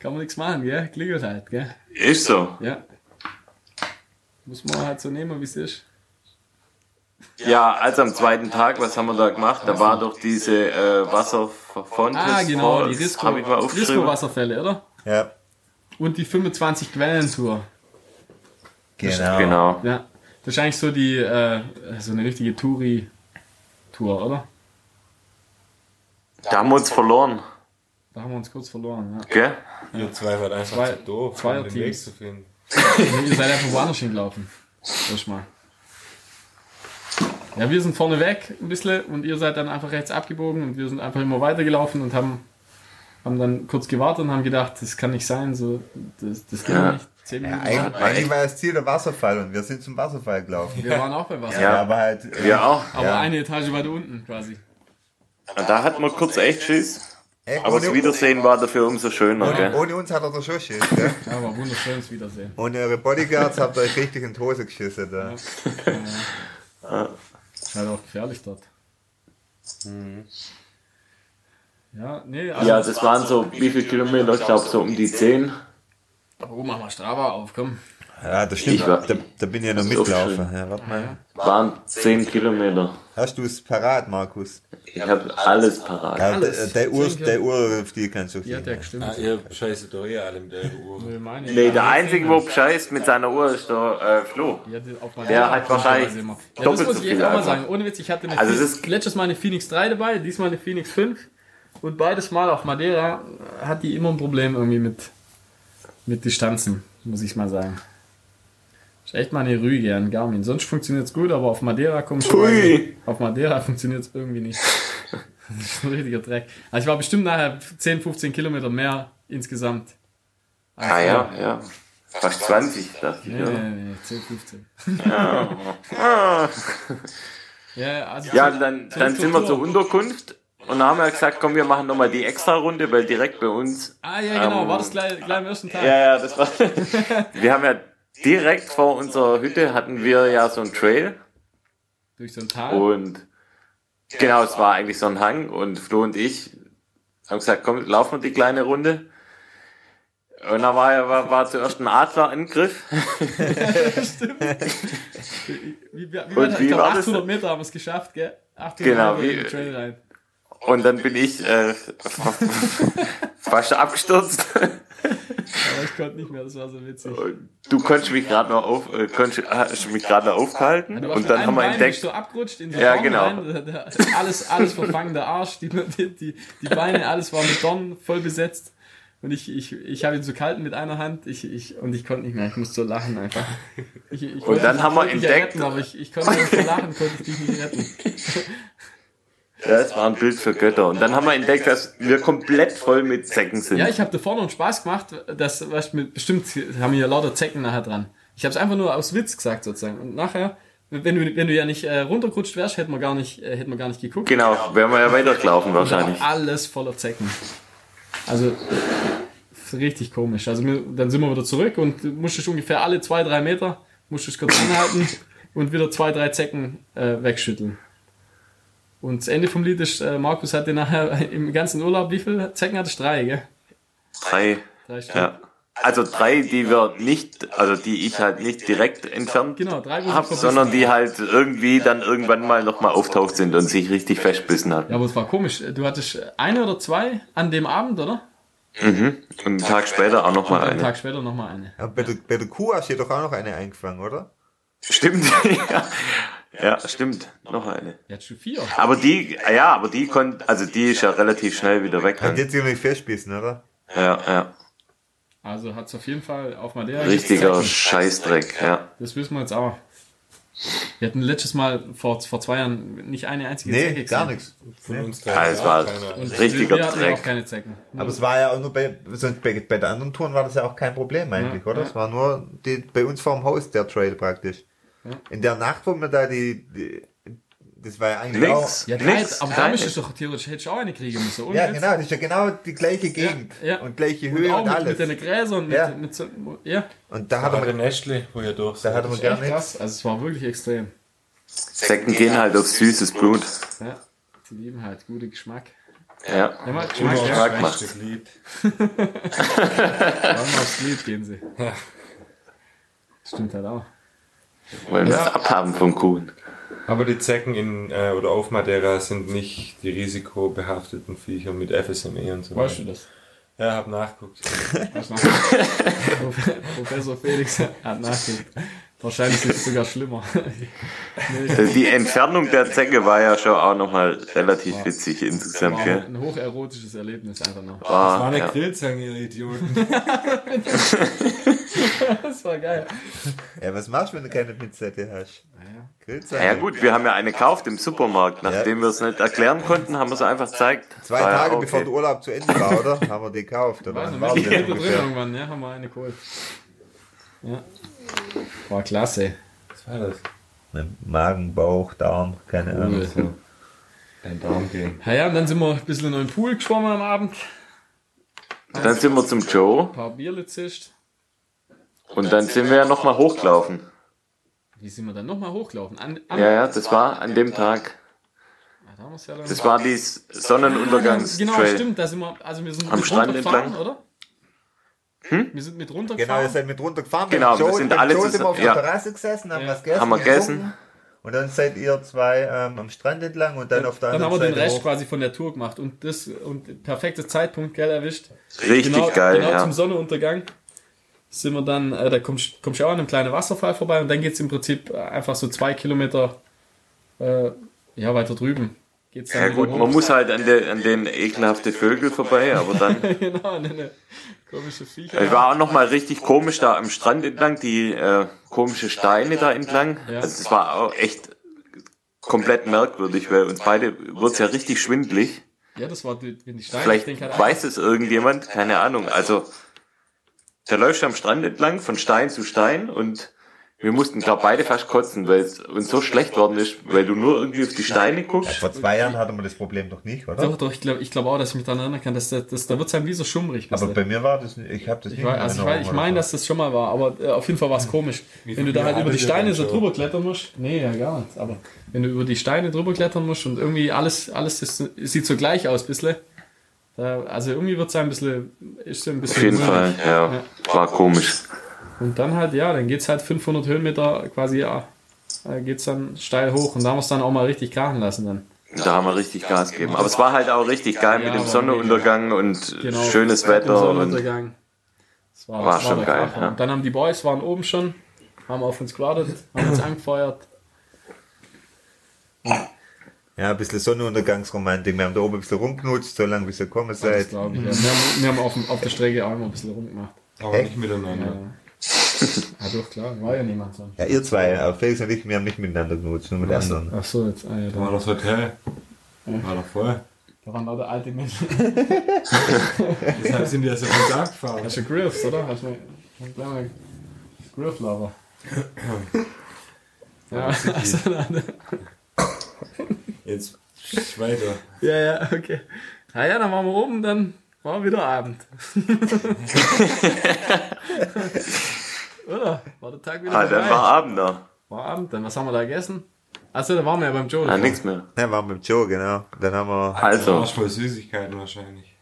[SPEAKER 1] Kann man nichts machen, gell? Klingelt halt, gell?
[SPEAKER 5] Ist so.
[SPEAKER 1] Ja. Muss man halt so nehmen, wie es ist.
[SPEAKER 5] Ja, also am zweiten Tag, was haben wir da gemacht? Da war doch diese äh, Wasserfontes.
[SPEAKER 1] Ah, genau,
[SPEAKER 5] vor-
[SPEAKER 1] die Risco-
[SPEAKER 5] Hab ich mal aufgeschrieben.
[SPEAKER 1] Risco-Wasserfälle, oder?
[SPEAKER 4] Ja,
[SPEAKER 1] Und die 25 Quellentour.
[SPEAKER 4] genau.
[SPEAKER 5] Genau.
[SPEAKER 1] Ja. Das ist eigentlich so die, äh, so eine richtige Touri-Tour, oder?
[SPEAKER 5] Da haben wir uns verloren.
[SPEAKER 1] Da haben wir uns kurz verloren, ja.
[SPEAKER 5] Gell?
[SPEAKER 3] Ihr zwei wart einfach
[SPEAKER 1] Zwei-
[SPEAKER 3] zu doof,
[SPEAKER 1] zweier
[SPEAKER 3] um den
[SPEAKER 1] Teams.
[SPEAKER 3] Weg zu finden.
[SPEAKER 1] Nee, Also, ihr seid einfach woanders hingelaufen. Erstmal. Ja, wir sind vorne weg ein bisschen und ihr seid dann einfach rechts abgebogen und wir sind einfach immer weitergelaufen und haben, haben dann kurz gewartet und haben gedacht, das kann nicht sein, so, das, das geht
[SPEAKER 5] Ja.
[SPEAKER 1] nicht. Zehn
[SPEAKER 4] Ja,
[SPEAKER 1] Minuten.
[SPEAKER 4] eigentlich, eigentlich war das Ziel der Wasserfall und wir sind zum Wasserfall gelaufen.
[SPEAKER 1] wir waren auch beim Wasser.
[SPEAKER 5] Ja.
[SPEAKER 4] Aber halt. äh,
[SPEAKER 5] Ja, auch.
[SPEAKER 1] Aber
[SPEAKER 4] Ja.
[SPEAKER 1] eine Etage weiter unten quasi.
[SPEAKER 5] Und da hatten wir kurz echt Schiss.
[SPEAKER 4] echt,
[SPEAKER 5] Aber
[SPEAKER 4] ohne,
[SPEAKER 5] das Wiedersehen war dafür umso schöner,
[SPEAKER 4] ohne,
[SPEAKER 5] gell?
[SPEAKER 4] ohne uns hat er da schon geschissen. Gell?
[SPEAKER 1] Ja, war wunderschönes Wiedersehen.
[SPEAKER 4] Ohne eure Bodyguards habt ihr euch richtig in die Hose geschissen. Da.
[SPEAKER 1] Ist halt auch gefährlich dort. Mhm. Ja, nee, also,
[SPEAKER 5] Ja, das waren so, wie viele Kilometer? Ich glaube, so um die 10.
[SPEAKER 1] oh, mach mal Strava auf, komm.
[SPEAKER 4] Ja, das stimmt.
[SPEAKER 5] Ich war-
[SPEAKER 4] da, da bin ich ja noch
[SPEAKER 5] ist auch
[SPEAKER 4] mitgelaufen. Ja, warte mal.
[SPEAKER 5] Waren 10 Kilometer.
[SPEAKER 4] Hast du es parat, Markus?
[SPEAKER 5] Ich habe alles parat.
[SPEAKER 4] Ja,
[SPEAKER 1] Alles.
[SPEAKER 4] der, der Uhr,
[SPEAKER 1] Zehn
[SPEAKER 4] der Uhr, auf die kannst du
[SPEAKER 1] Die hat ja
[SPEAKER 4] viel.
[SPEAKER 1] gestimmt.
[SPEAKER 3] Ah, ihr scheiße doch eh alle mit der Uhr.
[SPEAKER 1] Nee, meine
[SPEAKER 5] Nee, der
[SPEAKER 1] Ja,
[SPEAKER 5] Einzige, wo bescheißt mit seiner Uhr, ist der äh, Flo.
[SPEAKER 1] Ja, die- auf meiner
[SPEAKER 5] Ja,
[SPEAKER 1] Seite
[SPEAKER 5] halt
[SPEAKER 1] auch
[SPEAKER 5] wahrscheinlich
[SPEAKER 1] teilweise immer. Ja,
[SPEAKER 5] doppelt
[SPEAKER 1] das muss
[SPEAKER 5] so
[SPEAKER 1] ich
[SPEAKER 5] viel
[SPEAKER 1] echt auch mal
[SPEAKER 5] einfach.
[SPEAKER 1] sagen. Ohne Witz, ich hatte eine
[SPEAKER 5] Also es
[SPEAKER 1] Phoenix,
[SPEAKER 5] ist-
[SPEAKER 1] letztes Mal eine Phoenix 3 dabei, diesmal eine Phoenix 5. Und beides Mal auf Madeira äh, hat die immer ein Problem irgendwie mit, mit Distanzen, muss ich mal sagen. Ist echt mal eine Rüge an Garmin. Sonst funktioniert es gut, aber auf Madeira kommt
[SPEAKER 5] Pui.
[SPEAKER 1] Auf Madeira funktioniert es irgendwie nicht. Das ist ein richtiger Dreck. Also ich war bestimmt nachher 10, 15 Kilometer mehr insgesamt.
[SPEAKER 5] Ah ja, ja. Fast 20, dachte ich.
[SPEAKER 1] Nee,
[SPEAKER 5] Ja,
[SPEAKER 1] nee, nee, 10, 15. Ja, also
[SPEAKER 5] ja dann, dann sind wir zur
[SPEAKER 1] Unterkunft.
[SPEAKER 5] Unterkunft Und dann haben wir gesagt, komm, wir machen nochmal die Extra-Runde, weil direkt bei uns.
[SPEAKER 1] Ah, ja, genau,
[SPEAKER 5] Ähm,
[SPEAKER 1] war das gleich, gleich am ersten Tag.
[SPEAKER 5] Ja, ja, das war. wir haben ja direkt vor unserer Hütte hatten wir ja so einen Trail
[SPEAKER 1] Durch so ein Tal.
[SPEAKER 5] und genau, es war eigentlich so ein Hang und Flo und ich haben gesagt, komm, laufen wir die kleine Runde. Und da war, ja- war, war zuerst ein Adlerangriff.
[SPEAKER 1] Wie, wie, wie,
[SPEAKER 5] Und
[SPEAKER 1] weit-
[SPEAKER 5] wie
[SPEAKER 1] ich glaube,
[SPEAKER 5] war das?
[SPEAKER 1] 800 Meter haben wir es geschafft, gell? 800
[SPEAKER 5] Genau,
[SPEAKER 1] Meter
[SPEAKER 5] wie-
[SPEAKER 1] in den Trail rein.
[SPEAKER 5] Und dann bin ich äh, fast abgestürzt.
[SPEAKER 1] Aber ich konnte nicht mehr, das war so witzig.
[SPEAKER 5] Du konntest mich gerade noch auf, äh, konntest, hast mich gerade noch aufgehalten
[SPEAKER 1] Du warst
[SPEAKER 5] und
[SPEAKER 1] mit
[SPEAKER 5] dann
[SPEAKER 1] einem
[SPEAKER 5] haben wir
[SPEAKER 1] Bein
[SPEAKER 5] entdeckt,
[SPEAKER 1] bist du abgerutscht in die
[SPEAKER 5] Ja,
[SPEAKER 1] Dornen
[SPEAKER 5] genau.
[SPEAKER 1] rein, der- der- alles, alles verfangen, der Arsch, die, die, die, die Beine, alles war mit Dornen voll besetzt. Und ich, ich, ich habe ihn so gehalten mit einer Hand ich, ich, und ich konnte nicht mehr, ich musste so lachen einfach. Ich, ich wollte-
[SPEAKER 5] dann
[SPEAKER 1] ich
[SPEAKER 5] haben wir
[SPEAKER 1] wollte dich ja
[SPEAKER 5] entdeckt-
[SPEAKER 1] Retten, aber ich, ich konnte nicht so lachen, konnte ich dich nicht retten.
[SPEAKER 5] Ja, es war ein Bild für Götter. Und dann haben wir entdeckt, dass wir komplett voll mit Zecken sind.
[SPEAKER 1] Ja, ich habe da vorne einen Spaß gemacht, das weißt, du, mit, bestimmt haben hier lauter Zecken nachher dran. Ich habe es einfach nur aus Witz gesagt sozusagen. Und nachher, wenn du, wenn du ja nicht äh, runtergerutscht wärst, hätten wir gar nicht, äh, hätten wir gar nicht geguckt.
[SPEAKER 5] genau, wären wir ja weitergelaufen wahrscheinlich.
[SPEAKER 1] Alles voller Zecken. Also ist richtig komisch. Also wir, dann sind wir wieder zurück und du musstest ungefähr alle zwei, drei Meter musstest kurz anhalten und wieder zwei, drei Zecken äh, wegschütteln. Und das Ende vom Lied ist, äh, Markus hatte nachher im ganzen Urlaub, wie viel Zecken hattest? Drei, gell?
[SPEAKER 5] Drei.
[SPEAKER 1] Drei Stück.
[SPEAKER 5] Ja. Also drei, die wir nicht, also die ich halt nicht direkt entfernt
[SPEAKER 1] Genau, drei, wo sie
[SPEAKER 5] habe,
[SPEAKER 1] verbissen
[SPEAKER 5] sondern die halt irgendwie dann irgendwann mal nochmal auftaucht sind und sich richtig festbissen
[SPEAKER 1] Ja,
[SPEAKER 5] haben.
[SPEAKER 1] aber es war komisch. Du hattest äh, eine oder zwei an dem Abend, oder?
[SPEAKER 5] Und einen Tag später auch nochmal
[SPEAKER 1] Einen
[SPEAKER 5] eine.
[SPEAKER 1] Tag später nochmal eine.
[SPEAKER 4] Ja, bei, der, bei der Kuh hast du dir doch auch noch eine eingefangen, oder?
[SPEAKER 5] Stimmt. ja. ja, stimmt. Noch eine.
[SPEAKER 1] Jetzt schon vier.
[SPEAKER 5] Aber die, ja, aber die konnte, also die ist ja relativ schnell wieder weg.
[SPEAKER 4] Hat jetzt irgendwie festbissen, oder?
[SPEAKER 5] Ja, ja.
[SPEAKER 1] Also hat es auf jeden Fall auf Madeira
[SPEAKER 5] Richtiger
[SPEAKER 1] gezeigt.
[SPEAKER 5] Scheißdreck, ja.
[SPEAKER 1] Das wissen wir jetzt auch. Wir hatten letztes Mal vor, vor zwei Jahren nicht eine einzige Zecke
[SPEAKER 4] Nee,
[SPEAKER 1] gesehen.
[SPEAKER 4] gar nichts.
[SPEAKER 3] Von uns
[SPEAKER 5] Ja,
[SPEAKER 3] drei.
[SPEAKER 5] es war
[SPEAKER 1] Und
[SPEAKER 5] richtiger
[SPEAKER 1] wir hatten
[SPEAKER 5] Dreck.
[SPEAKER 1] auch keine Zecken.
[SPEAKER 4] Aber es war ja auch nur bei, sonst bei, bei der anderen Touren war das ja auch kein Problem eigentlich,
[SPEAKER 1] Ja,
[SPEAKER 4] oder?
[SPEAKER 1] ja.
[SPEAKER 4] Es war nur die, bei uns vorm Haus der Trail praktisch. In der Nacht, wo wir da die, die das war ja eigentlich
[SPEAKER 5] Links.
[SPEAKER 4] auch.
[SPEAKER 1] Ja, drei,
[SPEAKER 5] Nix,
[SPEAKER 1] aber
[SPEAKER 5] keine.
[SPEAKER 1] da müsstest du doch theoretisch hättest du auch eine kriegen müssen, oder?
[SPEAKER 4] Ja, genau, das ist ja genau die gleiche Gegend
[SPEAKER 1] ja.
[SPEAKER 4] und gleiche
[SPEAKER 1] Und,
[SPEAKER 4] Höhe
[SPEAKER 1] auch
[SPEAKER 4] und,
[SPEAKER 1] mit,
[SPEAKER 4] alles.
[SPEAKER 1] mit deinen Gräsern und mit,
[SPEAKER 4] Ja.
[SPEAKER 1] mit so, ja.
[SPEAKER 4] und da
[SPEAKER 3] Da
[SPEAKER 4] hatte
[SPEAKER 3] war der
[SPEAKER 4] man,
[SPEAKER 3] Nestle, wo ihr durch
[SPEAKER 4] da hatte man gar
[SPEAKER 1] Echt
[SPEAKER 4] nichts.
[SPEAKER 1] krass. Also es war wirklich extrem.
[SPEAKER 5] Zecken gehen halt auf süßes Blut.
[SPEAKER 1] Ja. Die lieben halt, guter Geschmack.
[SPEAKER 5] Ja.
[SPEAKER 1] Ja, mal Geschmack, ja.
[SPEAKER 5] Geschmack
[SPEAKER 3] Geschmack
[SPEAKER 5] macht's.
[SPEAKER 3] macht. Lied.
[SPEAKER 1] Vor allem aufs Lied gehen sie. Stimmt halt auch.
[SPEAKER 5] Wollen wir es abhaben vom Kuchen.
[SPEAKER 3] Aber die Zecken in, äh, oder auf Madeira sind nicht die risikobehafteten Viecher mit FSME E und so
[SPEAKER 1] Weißt du das?
[SPEAKER 3] Ja, hab nachguckt.
[SPEAKER 1] Weißt du noch? Professor Felix hat nachgedacht. Wahrscheinlich ist es sogar schlimmer.
[SPEAKER 5] Also Die Entfernung der Zecke war ja schon auch nochmal relativ witzig
[SPEAKER 1] War
[SPEAKER 5] insgesamt, gell?
[SPEAKER 1] ein hocherotisches Erlebnis einfach noch.
[SPEAKER 3] Das war
[SPEAKER 5] War,
[SPEAKER 3] eine
[SPEAKER 5] ja.
[SPEAKER 3] Grillzange, ihr Idioten.
[SPEAKER 1] Das war geil.
[SPEAKER 4] Ja, was machst du, wenn du keine Pinzette hast? Grillst du
[SPEAKER 5] ja gut, wir haben ja eine gekauft im Supermarkt. Nachdem wir es nicht erklären konnten, haben wir es einfach gezeigt.
[SPEAKER 4] Zwei
[SPEAKER 5] War ja
[SPEAKER 4] Tage
[SPEAKER 5] okay.
[SPEAKER 4] bevor der Urlaub zu Ende war, oder? Haben wir die gekauft, oder?
[SPEAKER 1] Weiß
[SPEAKER 4] Wann
[SPEAKER 1] noch
[SPEAKER 4] war
[SPEAKER 1] nicht,
[SPEAKER 4] das
[SPEAKER 1] die drin
[SPEAKER 4] ungefähr?
[SPEAKER 1] irgendwann, ja, haben wir eine geholt. Ja. War klasse.
[SPEAKER 3] Was war das?
[SPEAKER 4] Ne, Magen, Bauch, Darm, keine Ahnung.
[SPEAKER 1] Cool.
[SPEAKER 3] Dein Daumen gehen.
[SPEAKER 1] Ja, ja, und dann sind wir ein bisschen in den Pool geschwommen am Abend,
[SPEAKER 5] Dann sind wir zum Joe
[SPEAKER 1] ein paar Bierle zischt.
[SPEAKER 5] und dann sind wir ja nochmal hochgelaufen.
[SPEAKER 1] Wie sind wir dann nochmal hochgelaufen? An, an,
[SPEAKER 5] Ja, ja, das war an dem Tag.
[SPEAKER 1] Ah, da haben wir's ja dann-
[SPEAKER 5] Das war die Sonnenuntergangstrail.
[SPEAKER 1] Genau, stimmt, da sind wir, also wir sind
[SPEAKER 5] Am
[SPEAKER 1] mit
[SPEAKER 5] Strand
[SPEAKER 1] runtergefahren,
[SPEAKER 5] entlang. Hm?
[SPEAKER 1] oder? Wir sind mit
[SPEAKER 4] Genau,
[SPEAKER 1] runtergefahren.
[SPEAKER 4] ihr seid mit runtergefahren.
[SPEAKER 5] Genau,
[SPEAKER 4] mit Joe,
[SPEAKER 5] wir sind
[SPEAKER 4] mit
[SPEAKER 5] alle
[SPEAKER 4] Joe sind wir
[SPEAKER 5] zusammen-
[SPEAKER 4] auf der
[SPEAKER 5] ja.
[SPEAKER 4] Terrasse gesessen, haben
[SPEAKER 1] Ja.
[SPEAKER 4] was gegessen.
[SPEAKER 5] Haben wir
[SPEAKER 4] getrunken.
[SPEAKER 5] gegessen.
[SPEAKER 4] Und dann seid ihr zwei ähm, am Strand entlang und dann auf der
[SPEAKER 1] dann haben
[SPEAKER 4] anderen
[SPEAKER 1] wir den
[SPEAKER 4] Seite
[SPEAKER 1] Rest
[SPEAKER 4] hoch.
[SPEAKER 1] quasi von der Tour gemacht und das und perfektes Zeitpunkt, geil erwischt.
[SPEAKER 5] Richtig
[SPEAKER 1] genau,
[SPEAKER 5] geil,
[SPEAKER 1] Genau
[SPEAKER 5] ja.
[SPEAKER 1] zum Sonnenuntergang sind wir dann, äh, da kommst kommst du auch an einem kleinen Wasserfall vorbei und dann geht es im Prinzip äh, einfach so zwei Kilometer äh, ja, weiter drüben. Geht's dann
[SPEAKER 5] Ja
[SPEAKER 1] wieder
[SPEAKER 5] gut,
[SPEAKER 1] hoch.
[SPEAKER 5] man muss halt an, de, an den ekelhaften Vögel vorbei, aber dann...
[SPEAKER 1] genau, eine, eine komische Viecher.
[SPEAKER 5] Es war auch nochmal richtig komisch da am Strand entlang, die äh, komische Steine da entlang.
[SPEAKER 1] Ja.
[SPEAKER 5] Also es war auch echt komplett merkwürdig, weil uns beide wird's ja richtig schwindlig.
[SPEAKER 1] ja, das war die, wenn die Steine.
[SPEAKER 5] Vielleicht
[SPEAKER 1] ich denke halt,
[SPEAKER 5] weiß es irgendjemand, keine Ahnung. Also, da läufst du am Strand entlang, von Stein zu Stein und Wir mussten, glaube beide fast kotzen, weil es uns so schlecht worden ist, weil du nur irgendwie auf die Steine guckst.
[SPEAKER 4] Vor zwei Jahren hatte man das Problem noch nicht, oder?
[SPEAKER 1] Doch, doch, ich glaube ich glaub auch, dass ich mich daran erinnern kann. Dass, das- das, da wird es einem wie so schummrig. bis
[SPEAKER 4] Aber
[SPEAKER 1] dahin.
[SPEAKER 4] bei mir war das, ich habe das
[SPEAKER 1] Ich, weiß, also ich, weiß, ich meine, dass das schon mal war, aber äh, auf jeden Fall war es komisch.
[SPEAKER 3] Wie
[SPEAKER 1] wenn du
[SPEAKER 3] viel
[SPEAKER 1] da halt über die
[SPEAKER 3] hattet ihr
[SPEAKER 1] Steine
[SPEAKER 3] denn
[SPEAKER 1] so
[SPEAKER 3] schon?
[SPEAKER 1] drüber klettern musst. Nee, ja gar nicht. Aber wenn du über die Steine drüber klettern musst und irgendwie alles, alles ist, sieht so gleich aus, bisschen. Da, also irgendwie wird es ein bisschen, ist ein bisschen.
[SPEAKER 5] Auf jeden
[SPEAKER 1] unheimlich.
[SPEAKER 5] Fall, ja. War komisch.
[SPEAKER 1] Und dann halt, ja, dann geht es halt 500 Höhenmeter quasi, ja, geht es dann steil hoch. Und da haben wir es dann auch mal richtig krachen lassen dann.
[SPEAKER 5] Da haben wir richtig Gas gegeben. Aber es war halt auch richtig geil
[SPEAKER 1] Ja,
[SPEAKER 5] mit dem
[SPEAKER 1] war
[SPEAKER 5] Sonnenuntergang und
[SPEAKER 1] Genau.
[SPEAKER 5] schönes
[SPEAKER 1] Im
[SPEAKER 5] Wetter. Und
[SPEAKER 1] Sonnenuntergang. Das war,
[SPEAKER 5] War
[SPEAKER 1] das
[SPEAKER 5] schon
[SPEAKER 1] der
[SPEAKER 5] geil,
[SPEAKER 1] Kracher.
[SPEAKER 5] ja.
[SPEAKER 1] Und dann haben die Boys waren oben schon, haben auf uns gewartet, haben uns angefeuert.
[SPEAKER 4] Ja, ein bisschen Sonnenuntergangsromantik. Wir haben da oben ein bisschen rumknutscht, so lange bis ihr gekommen
[SPEAKER 1] Das
[SPEAKER 4] seid.
[SPEAKER 1] glaube ich. Ja. Wir haben, wir haben auf, dem- auf der Strecke auch immer ein bisschen rumgemacht.
[SPEAKER 3] Aber nicht miteinander.
[SPEAKER 1] Ja, ja doch, klar, war ja niemand sonst.
[SPEAKER 4] Ja, ihr zwei, aber Felix und ich, wir haben nicht miteinander geknutscht, nur mit anderen.
[SPEAKER 1] Ach so, jetzt, ah, ja,
[SPEAKER 3] Da war
[SPEAKER 1] da,
[SPEAKER 3] das Hotel. War doch voll.
[SPEAKER 1] da waren lauter alte Menschen.
[SPEAKER 3] Deshalb sind die erst auf den Tag gefahren.
[SPEAKER 1] Hast du Griffs, oder? Hast du einen kleinen Griff-Lover? ja, also,
[SPEAKER 3] Jetzt weiter.
[SPEAKER 1] ja, ja, okay. Na ja, dann waren wir oben, dann war wieder Abend. oder? War der Tag wieder
[SPEAKER 5] ah, dann
[SPEAKER 1] vorbei?
[SPEAKER 5] war Abend da.
[SPEAKER 1] War Abend, dann was haben wir da gegessen? Achso, da waren wir ja beim Joe.
[SPEAKER 5] Ah, nichts mehr.
[SPEAKER 4] Ja, waren wir mit Joe, genau. Dann haben wir
[SPEAKER 3] Also.
[SPEAKER 5] Also,
[SPEAKER 3] Arsch voll Süßigkeiten wahrscheinlich.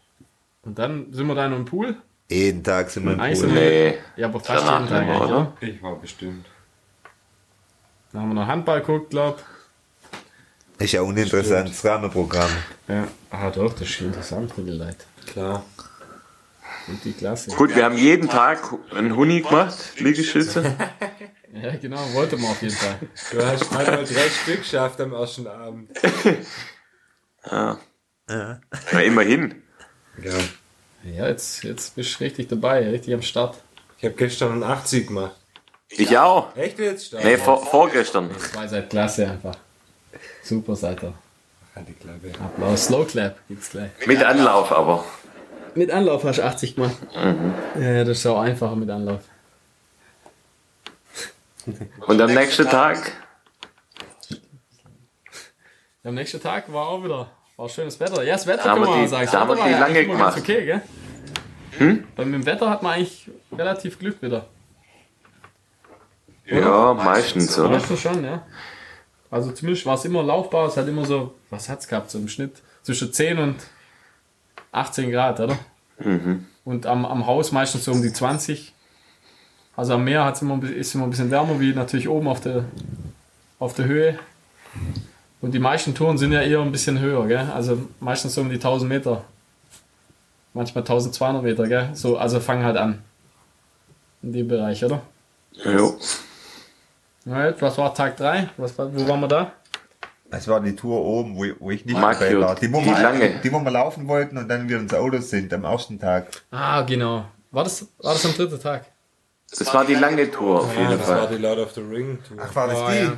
[SPEAKER 1] Und dann sind wir da in einem Pool.
[SPEAKER 4] jeden Tag sind wir im
[SPEAKER 1] Eigentlich
[SPEAKER 4] Pool.
[SPEAKER 1] sind wir-
[SPEAKER 5] nee.
[SPEAKER 1] Ja, aber fast
[SPEAKER 5] Danach
[SPEAKER 1] jeden Tag,
[SPEAKER 5] nicht mehr,
[SPEAKER 1] eigentlich,
[SPEAKER 5] oder?
[SPEAKER 1] oder?
[SPEAKER 3] Ich war bestimmt.
[SPEAKER 1] Dann haben wir noch Handball geguckt, glaub.
[SPEAKER 4] Ist ja uninteressant, das Rahmenprogramm.
[SPEAKER 1] Ja. Ah, doch, das ist interessant für die Leute.
[SPEAKER 3] Klar.
[SPEAKER 1] Und die Klasse.
[SPEAKER 5] Gut, wir haben jeden Tag einen Huni gemacht, Liegestütze.
[SPEAKER 1] Ja, genau, wollte man auf jeden Fall.
[SPEAKER 3] Du hast einmal drei Stück geschafft am ersten Abend.
[SPEAKER 5] Ja, immerhin.
[SPEAKER 3] Ja.
[SPEAKER 1] Ja, jetzt, jetzt bist du richtig dabei, richtig am Start.
[SPEAKER 3] Ich habe gestern einen 80 gemacht.
[SPEAKER 5] Ich auch.
[SPEAKER 3] Echt jetzt? Stark.
[SPEAKER 5] Nee, vor, vorgestern.
[SPEAKER 1] Zwei seid klasse einfach. Super seid ihr.
[SPEAKER 3] Hat die Klappe.
[SPEAKER 1] Applaus, Slow Clap gibt's gleich.
[SPEAKER 5] Mit Anlauf aber.
[SPEAKER 1] Mit Anlauf hast du 80 gemacht.
[SPEAKER 5] Mhm.
[SPEAKER 1] Ja, ja, das ist auch einfacher mit Anlauf.
[SPEAKER 5] Und am nächsten Tag,
[SPEAKER 1] Am nächsten Tag war auch wieder war schönes Wetter. Ja, das Wetter
[SPEAKER 5] Da
[SPEAKER 1] kann
[SPEAKER 5] haben
[SPEAKER 1] man
[SPEAKER 5] wir
[SPEAKER 1] mal
[SPEAKER 5] die-
[SPEAKER 1] sagen.
[SPEAKER 5] da haben wir
[SPEAKER 1] Das Wetter
[SPEAKER 5] die
[SPEAKER 1] war
[SPEAKER 5] lange
[SPEAKER 1] eigentlich immer ganz
[SPEAKER 5] gemacht.
[SPEAKER 1] Okay,
[SPEAKER 5] Hm?
[SPEAKER 1] gell? Bei dem Wetter hat man eigentlich relativ Glück wieder.
[SPEAKER 5] ja, meistens, oder?
[SPEAKER 1] Weißt du schon, ja. Also zumindest war es immer laufbar, es hat immer so, was hat's gehabt, so im Schnitt zwischen 10 und 18 Grad, oder? Und am, am Haus meistens so um die 20. Also am Meer hat's immer, ein bi- ist immer ein bisschen wärmer, wie natürlich oben auf der, auf der Höhe. Und die meisten Touren sind ja eher ein bisschen höher, gell? Also meistens so um die 1000 Meter. Manchmal 1200 Meter, gell? So, also fangen halt an. In dem Bereich, oder?
[SPEAKER 5] Jo.
[SPEAKER 1] Na gut, was war Tag 3? Was war, wo waren wir da?
[SPEAKER 4] Das war die Tour oben, wo ich, wo ich nicht
[SPEAKER 5] Mark
[SPEAKER 4] dabei war.
[SPEAKER 5] Jud,
[SPEAKER 4] wo
[SPEAKER 5] die
[SPEAKER 4] wir-
[SPEAKER 5] lange.
[SPEAKER 4] die, wo wir laufen wollten und dann wir ins Auto sind am ersten Tag.
[SPEAKER 1] Ah, genau. War das, war das am dritten Tag?
[SPEAKER 5] Das war die lange Tour auf
[SPEAKER 6] Ah,
[SPEAKER 3] Ja,
[SPEAKER 5] jeden
[SPEAKER 3] das war
[SPEAKER 5] Fall.
[SPEAKER 3] die Lord of the Ring Tour.
[SPEAKER 4] Ach, war das die?
[SPEAKER 1] Oh, ja.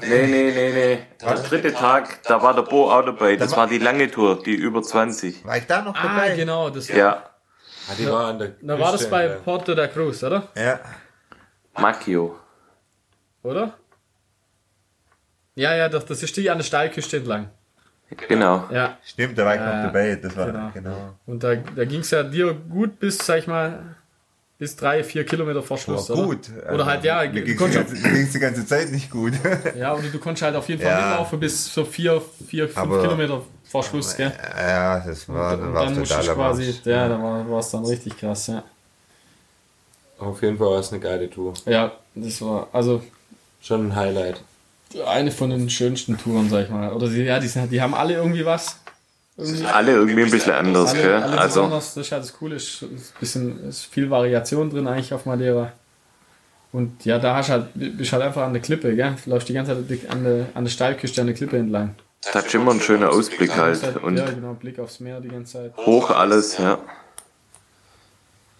[SPEAKER 5] Nee, nee, nee, nee. Der dritte Tag, da war der Bo auch dabei. Das war die lange Tour, die über 20.
[SPEAKER 4] War ich da noch
[SPEAKER 1] Ah,
[SPEAKER 4] dabei?
[SPEAKER 1] genau. Das,
[SPEAKER 5] Ja,
[SPEAKER 3] Ah, die war an der
[SPEAKER 1] Da war das
[SPEAKER 3] Küste,
[SPEAKER 1] bei
[SPEAKER 3] ja.
[SPEAKER 1] Porto da Cruz, oder?
[SPEAKER 4] Ja.
[SPEAKER 5] Macchio.
[SPEAKER 1] Oder? Ja, ja, doch, das ist die an der Steilküste entlang.
[SPEAKER 5] Genau.
[SPEAKER 1] Ja.
[SPEAKER 4] Stimmt, da war ich
[SPEAKER 1] Ja,
[SPEAKER 4] noch dabei. Das war
[SPEAKER 1] genau.
[SPEAKER 4] genau.
[SPEAKER 1] Und da, da ging es ja dir gut bis, sag ich mal, bis drei, vier Kilometer vor
[SPEAKER 4] War
[SPEAKER 1] Schluss, oder?
[SPEAKER 4] gut. Also,
[SPEAKER 1] Oder halt, ja, du
[SPEAKER 4] mir ging es die,
[SPEAKER 1] konntest,
[SPEAKER 4] ganze- mir ging's die ganze Zeit nicht gut.
[SPEAKER 1] ja, oder du konntest halt auf jeden Fall
[SPEAKER 4] Ja.
[SPEAKER 1] mitlaufen bis so vier, vier, fünf
[SPEAKER 4] Aber-
[SPEAKER 1] Kilometer vor Schluss, gell?
[SPEAKER 4] ja, das war,
[SPEAKER 1] und
[SPEAKER 4] dann halt war
[SPEAKER 1] dann
[SPEAKER 4] es
[SPEAKER 1] musstest
[SPEAKER 4] totaler
[SPEAKER 1] du quasi,
[SPEAKER 4] Marsch.
[SPEAKER 1] ja, da war es dann richtig krass, ja.
[SPEAKER 3] Auf jeden Fall war es eine geile Tour.
[SPEAKER 1] Ja, das war, also
[SPEAKER 3] Schon ein Highlight.
[SPEAKER 1] eine von den schönsten Touren, sag ich mal. Oder die, ja, die, sind, die haben alle irgendwie was.
[SPEAKER 5] Alle irgendwie ein bisschen anders,
[SPEAKER 1] Alle,
[SPEAKER 5] gell?
[SPEAKER 1] alle
[SPEAKER 5] Also,
[SPEAKER 1] besonders, das ist ja das Coole, ist, ist ein bisschen ist viel Variation drin eigentlich auf Madeira. Und ja, da hast du halt, bist halt einfach an der Klippe, gell? Du läufst die ganze Zeit an der, an der Steilküste, an der Klippe entlang.
[SPEAKER 5] da hat schon immer ein schöner Ausblick
[SPEAKER 1] Das ist
[SPEAKER 5] halt.
[SPEAKER 1] halt-
[SPEAKER 5] Und
[SPEAKER 1] ja, genau, Blick aufs Meer die ganze Zeit.
[SPEAKER 5] hoch alles, ja.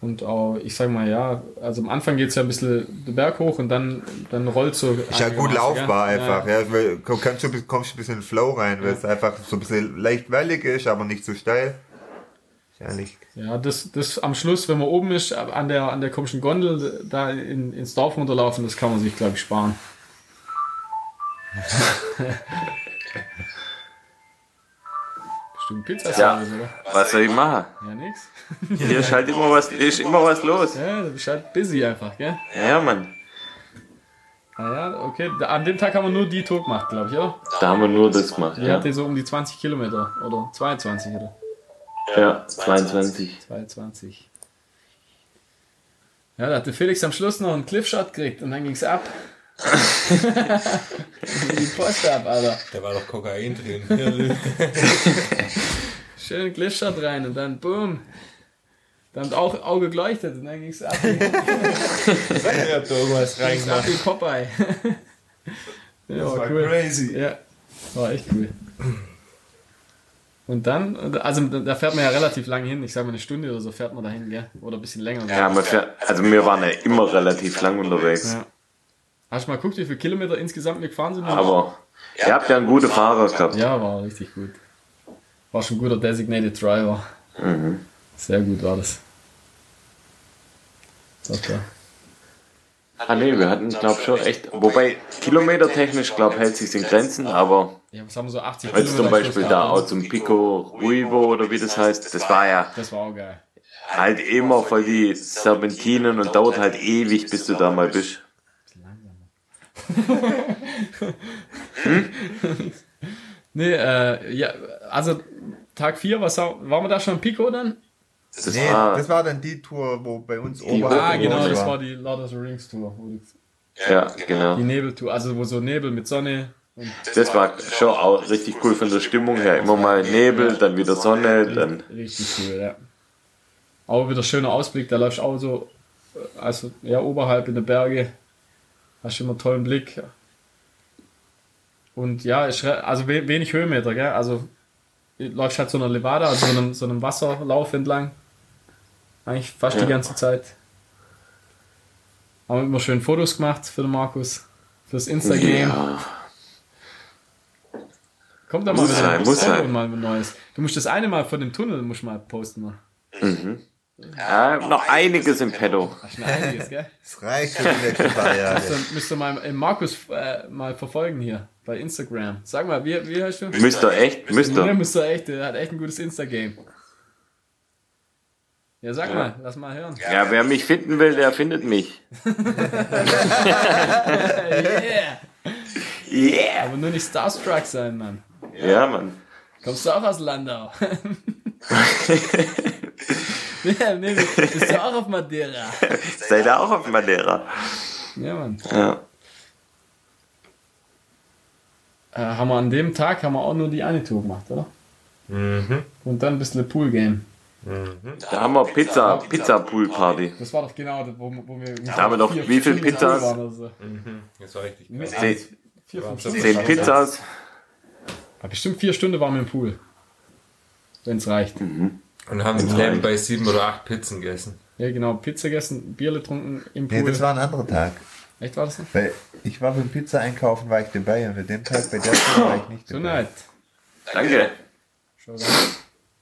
[SPEAKER 1] Und auch, ich sag mal, ja, also am Anfang geht es ja ein bisschen den Berg hoch und dann, dann rollt so.
[SPEAKER 4] Ist ja gut
[SPEAKER 1] einigermaßen,
[SPEAKER 4] laufbar
[SPEAKER 1] gell?
[SPEAKER 4] einfach. Ja, weil du kannst schon, kommst schon ein bisschen in den Flow rein, weil es einfach so ein bisschen leicht wellig ist, aber nicht zu steil. Ist Ja, nicht.
[SPEAKER 1] Ja, das, das am Schluss, wenn man oben ist, äh, an der, an der komischen Gondel, äh, da in, ins Dorf runterlaufen, das kann man sich, glaube ich, sparen. Bestimmt Pizza
[SPEAKER 5] Ja.
[SPEAKER 1] Service, oder?
[SPEAKER 5] Was soll ich machen?
[SPEAKER 1] Ja, nix.
[SPEAKER 5] Hier ist halt immer was, hier ist immer was los.
[SPEAKER 1] Ja, du bist halt busy einfach, gell?
[SPEAKER 5] Ja, Mann.
[SPEAKER 1] Ah ja, okay. Da- An dem Tag haben wir nur die Tour gemacht, glaube ich, oder?
[SPEAKER 5] Da haben wir nur das gemacht.
[SPEAKER 1] Die
[SPEAKER 5] Ja,
[SPEAKER 1] hatte so um die 20 Kilometer oder 22 oder
[SPEAKER 5] ja 22.
[SPEAKER 1] 22. Ja, da hatte Felix am Schluss noch einen Cliffshot gekriegt und dann ging's ab. die Post ab, Alter.
[SPEAKER 6] Da war doch Kokain drin.
[SPEAKER 1] Schön Cliffshot rein und dann boom. Dann hat auch Auge geleuchtet und dann ging's ab.
[SPEAKER 6] Ihr habt da irgendwas
[SPEAKER 1] Ging's ab
[SPEAKER 6] reingemacht.
[SPEAKER 1] wie Popeye. ja,
[SPEAKER 6] Das war
[SPEAKER 1] cool.
[SPEAKER 6] crazy.
[SPEAKER 1] Ja, war echt cool. Und dann, also da fährt man ja relativ lang hin, ich sag mal eine Stunde oder so fährt man dahin, gell? Oder ein bisschen länger.
[SPEAKER 5] Ja, man fährt, also wir waren ja immer relativ lang unterwegs.
[SPEAKER 1] Ja. Hast du mal geguckt, wie viele Kilometer insgesamt wir gefahren sind?
[SPEAKER 5] Aber ihr habt ja einen guten Fahrer gehabt.
[SPEAKER 1] ja, war richtig gut. War schon ein guter Designated Driver.
[SPEAKER 5] Mhm.
[SPEAKER 1] Sehr gut war das. Okay.
[SPEAKER 5] Ah nee, wir hatten, glaub schon echt, wobei kilometertechnisch, glaub hält sich's in Grenzen, aber
[SPEAKER 1] Ja, was haben wir so 80
[SPEAKER 5] jetzt zum Beispiel
[SPEAKER 1] am Schluss
[SPEAKER 5] da
[SPEAKER 1] gehabt,
[SPEAKER 5] auch zum Pico Ruivo oder wie das heißt, das war ja
[SPEAKER 1] Das war auch geil.
[SPEAKER 5] halt immer voll die Serpentinen und dauert halt ewig, bis du da mal bist.
[SPEAKER 1] Nee, äh, ja, also Tag 4, was haben- waren wir da schon am Pico dann?
[SPEAKER 5] Das
[SPEAKER 4] Nee,
[SPEAKER 5] war,
[SPEAKER 4] das war dann die Tour, wo bei uns
[SPEAKER 1] Ah,
[SPEAKER 4] Oberhausen
[SPEAKER 1] genau,
[SPEAKER 4] war.
[SPEAKER 1] das war die Lord of the Rings Tour. wo du-
[SPEAKER 5] ja, genau.
[SPEAKER 1] Die Nebeltour, also wo so Nebel mit Sonne. Und,
[SPEAKER 5] Das war schon auch richtig cool von der Stimmung her. Immer mal Nebel, dann wieder Sonne, dann
[SPEAKER 1] richtig cool, ja. Auch wieder schöner Ausblick, da läufst du auch so, äh, also ja, oberhalb in den Berge. Hast immer einen tollen Blick. Und ja, ist re- also we wenig Höhenmeter, gell? Also du läufst halt so einer Levada, also so einem, so einem Wasserlauf entlang. Eigentlich fast die
[SPEAKER 5] Ja.
[SPEAKER 1] ganze Zeit. Haben immer schön Fotos gemacht für den Markus, fürs Instagram.
[SPEAKER 5] ja.
[SPEAKER 1] Kommt da mal
[SPEAKER 5] Muss
[SPEAKER 1] wieder
[SPEAKER 5] sein,
[SPEAKER 1] ein
[SPEAKER 5] muss
[SPEAKER 1] Foto
[SPEAKER 5] sein.
[SPEAKER 1] und mal ein neues. Du musst das eine Mal von dem Tunnel musst du mal posten. Mal.
[SPEAKER 5] Ja, noch einiges im Petto.
[SPEAKER 1] Hast du noch einiges, gell?
[SPEAKER 4] Das reicht für die nächsten paar
[SPEAKER 1] Müsst
[SPEAKER 4] Jahre.
[SPEAKER 1] ihr, müsst ihr mal im Markus äh, mal verfolgen hier bei Instagram. Sag mal, wie, wie heißt du?
[SPEAKER 5] Müsst ihr echt, müsst
[SPEAKER 1] Der
[SPEAKER 5] ihr.
[SPEAKER 1] müsst ihr echt, der hat echt ein gutes Insta-Game. Ja, sag mal, lass mal hören.
[SPEAKER 5] Ja, wer mich finden will, der findet mich.
[SPEAKER 1] Yeah.
[SPEAKER 5] Yeah!
[SPEAKER 1] Aber nur nicht Starstruck sein, Mann.
[SPEAKER 5] Ja, Mann.
[SPEAKER 1] Kommst du auch aus Landau? ja, nee, bist du auch auf Madeira?
[SPEAKER 5] Seid ihr auch auf Madeira?
[SPEAKER 1] Ja, Mann.
[SPEAKER 5] Ja.
[SPEAKER 1] Äh, haben wir an dem Tag haben wir auch nur die eine Tour gemacht, oder?
[SPEAKER 4] Mhm.
[SPEAKER 1] Und dann ein bisschen Pool-Game.
[SPEAKER 5] Da haben wir Pizza, Pizza Pool Party.
[SPEAKER 1] Das war doch genau, das, wo, wo wir. Da
[SPEAKER 5] haben wir doch wie viel Pizzas?
[SPEAKER 1] so.
[SPEAKER 4] Äh,
[SPEAKER 6] Das war richtig
[SPEAKER 1] Nee,
[SPEAKER 6] geil.
[SPEAKER 5] Zehn,
[SPEAKER 1] vier, fünf Stunden.
[SPEAKER 5] zehn Pizzas.
[SPEAKER 1] Ja, bestimmt vier Stunden waren wir im Pool. Wenn es reicht.
[SPEAKER 5] Hm.
[SPEAKER 6] Und haben nebenbei sieben oder acht Pizzen gegessen.
[SPEAKER 1] Ja, genau. Pizza gegessen, Bier getrunken im
[SPEAKER 4] Nee,
[SPEAKER 1] Pool.
[SPEAKER 4] das war ein anderer Tag.
[SPEAKER 1] Echt war das nicht?
[SPEAKER 4] Weil ich war beim Pizza einkaufen, war ich dabei und bei dem Tag bei der Tour war ich nicht
[SPEAKER 1] So
[SPEAKER 4] dabei.
[SPEAKER 1] nett.
[SPEAKER 5] Danke.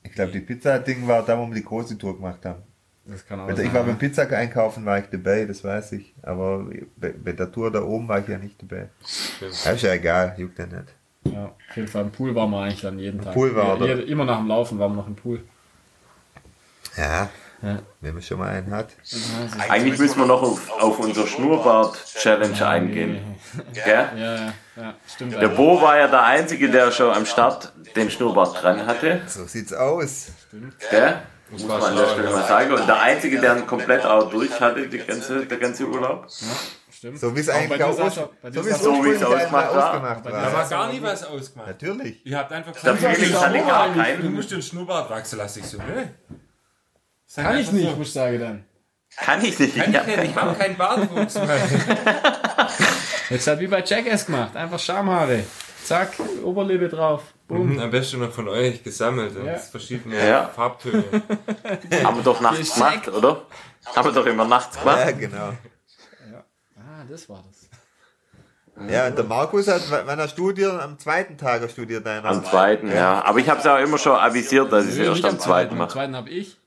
[SPEAKER 4] Ich glaube, die Pizza-Ding war da, wo wir die große Tour gemacht haben.
[SPEAKER 1] Das kann auch
[SPEAKER 4] Mit, ich war beim Pizza einkaufen, war ich dabei, das weiß ich. Aber bei, bei der Tour da oben war ich ja nicht dabei. Ja, ist ja egal, juckt ja nicht.
[SPEAKER 1] Ja, auf jeden Fall im Pool waren wir eigentlich dann jeden Tag.
[SPEAKER 4] Pool war
[SPEAKER 1] ja,
[SPEAKER 4] er.
[SPEAKER 1] jede- Immer nach dem Laufen waren wir noch im Pool.
[SPEAKER 4] Ja,
[SPEAKER 1] Ja.
[SPEAKER 4] wenn man schon mal einen hat.
[SPEAKER 5] Eigentlich müssen wir noch auf, auf unser Schnurrbart-Challenge eingehen. Gell?
[SPEAKER 1] Ja, ja, ja. Stimmt.
[SPEAKER 5] Der
[SPEAKER 1] eigentlich.
[SPEAKER 5] Bo war ja der Einzige, der schon am Start den Schnurrbart dran hatte.
[SPEAKER 4] So sieht's aus.
[SPEAKER 5] Gell? Muss man an der Stelle mal sagen. Und der Einzige, der ihn komplett auch durch hatte, die ganze, der ganze Urlaub.
[SPEAKER 1] Stimmt.
[SPEAKER 4] So wie es
[SPEAKER 1] Aber
[SPEAKER 4] eigentlich
[SPEAKER 1] bei dir
[SPEAKER 4] auch
[SPEAKER 1] saß
[SPEAKER 4] aus,
[SPEAKER 1] er- bei dir
[SPEAKER 4] so wie es
[SPEAKER 1] saß
[SPEAKER 5] er-
[SPEAKER 4] ursprünglich
[SPEAKER 5] So wie es
[SPEAKER 4] einmal
[SPEAKER 5] ausgemacht war.
[SPEAKER 4] ausgemacht
[SPEAKER 6] Da
[SPEAKER 4] war.
[SPEAKER 6] war gar nie was ausgemacht.
[SPEAKER 4] Natürlich.
[SPEAKER 6] Ihr habt einfach gesagt,
[SPEAKER 5] Der
[SPEAKER 6] du musst
[SPEAKER 5] Felix
[SPEAKER 6] den
[SPEAKER 5] hatte
[SPEAKER 6] Schnurrbart-
[SPEAKER 5] gar
[SPEAKER 6] Du
[SPEAKER 5] keinen.
[SPEAKER 6] musst den Schnurrbart wachsen lassen. Ich so, nö. Sag
[SPEAKER 1] Kann ich
[SPEAKER 6] einfach
[SPEAKER 1] nicht,
[SPEAKER 6] so,
[SPEAKER 1] muss ich sagen dann.
[SPEAKER 5] Kann ich nicht.
[SPEAKER 6] Kann
[SPEAKER 5] Ich
[SPEAKER 6] ich
[SPEAKER 5] hab
[SPEAKER 6] nicht, ich habe keinen Bartwuchs.
[SPEAKER 1] Jetzt hat wie bei Jackass gemacht. Einfach Schamhaare. Zack, Oberlippe drauf. Boom.
[SPEAKER 4] Mhm.
[SPEAKER 6] Am besten noch von euch gesammelt. Und
[SPEAKER 1] Ja.
[SPEAKER 6] verschiedene
[SPEAKER 5] Ja.
[SPEAKER 6] Farbtöne.
[SPEAKER 5] Haben wir doch nachts gemacht, oder? Haben wir doch immer nachts
[SPEAKER 4] Ja,
[SPEAKER 5] gemacht.
[SPEAKER 4] genau.
[SPEAKER 1] Ah, das war das.
[SPEAKER 4] Ja, und der Markus hat, wann er studiert, am zweiten Tag er studiert einer.
[SPEAKER 5] Am zweiten, ja. Aber ich habe es ja immer schon avisiert, dass ich es
[SPEAKER 1] Nee,
[SPEAKER 5] erst
[SPEAKER 1] ich
[SPEAKER 5] am
[SPEAKER 1] hab's
[SPEAKER 5] zweiten
[SPEAKER 1] am
[SPEAKER 5] mache.
[SPEAKER 1] zweiten habe ich.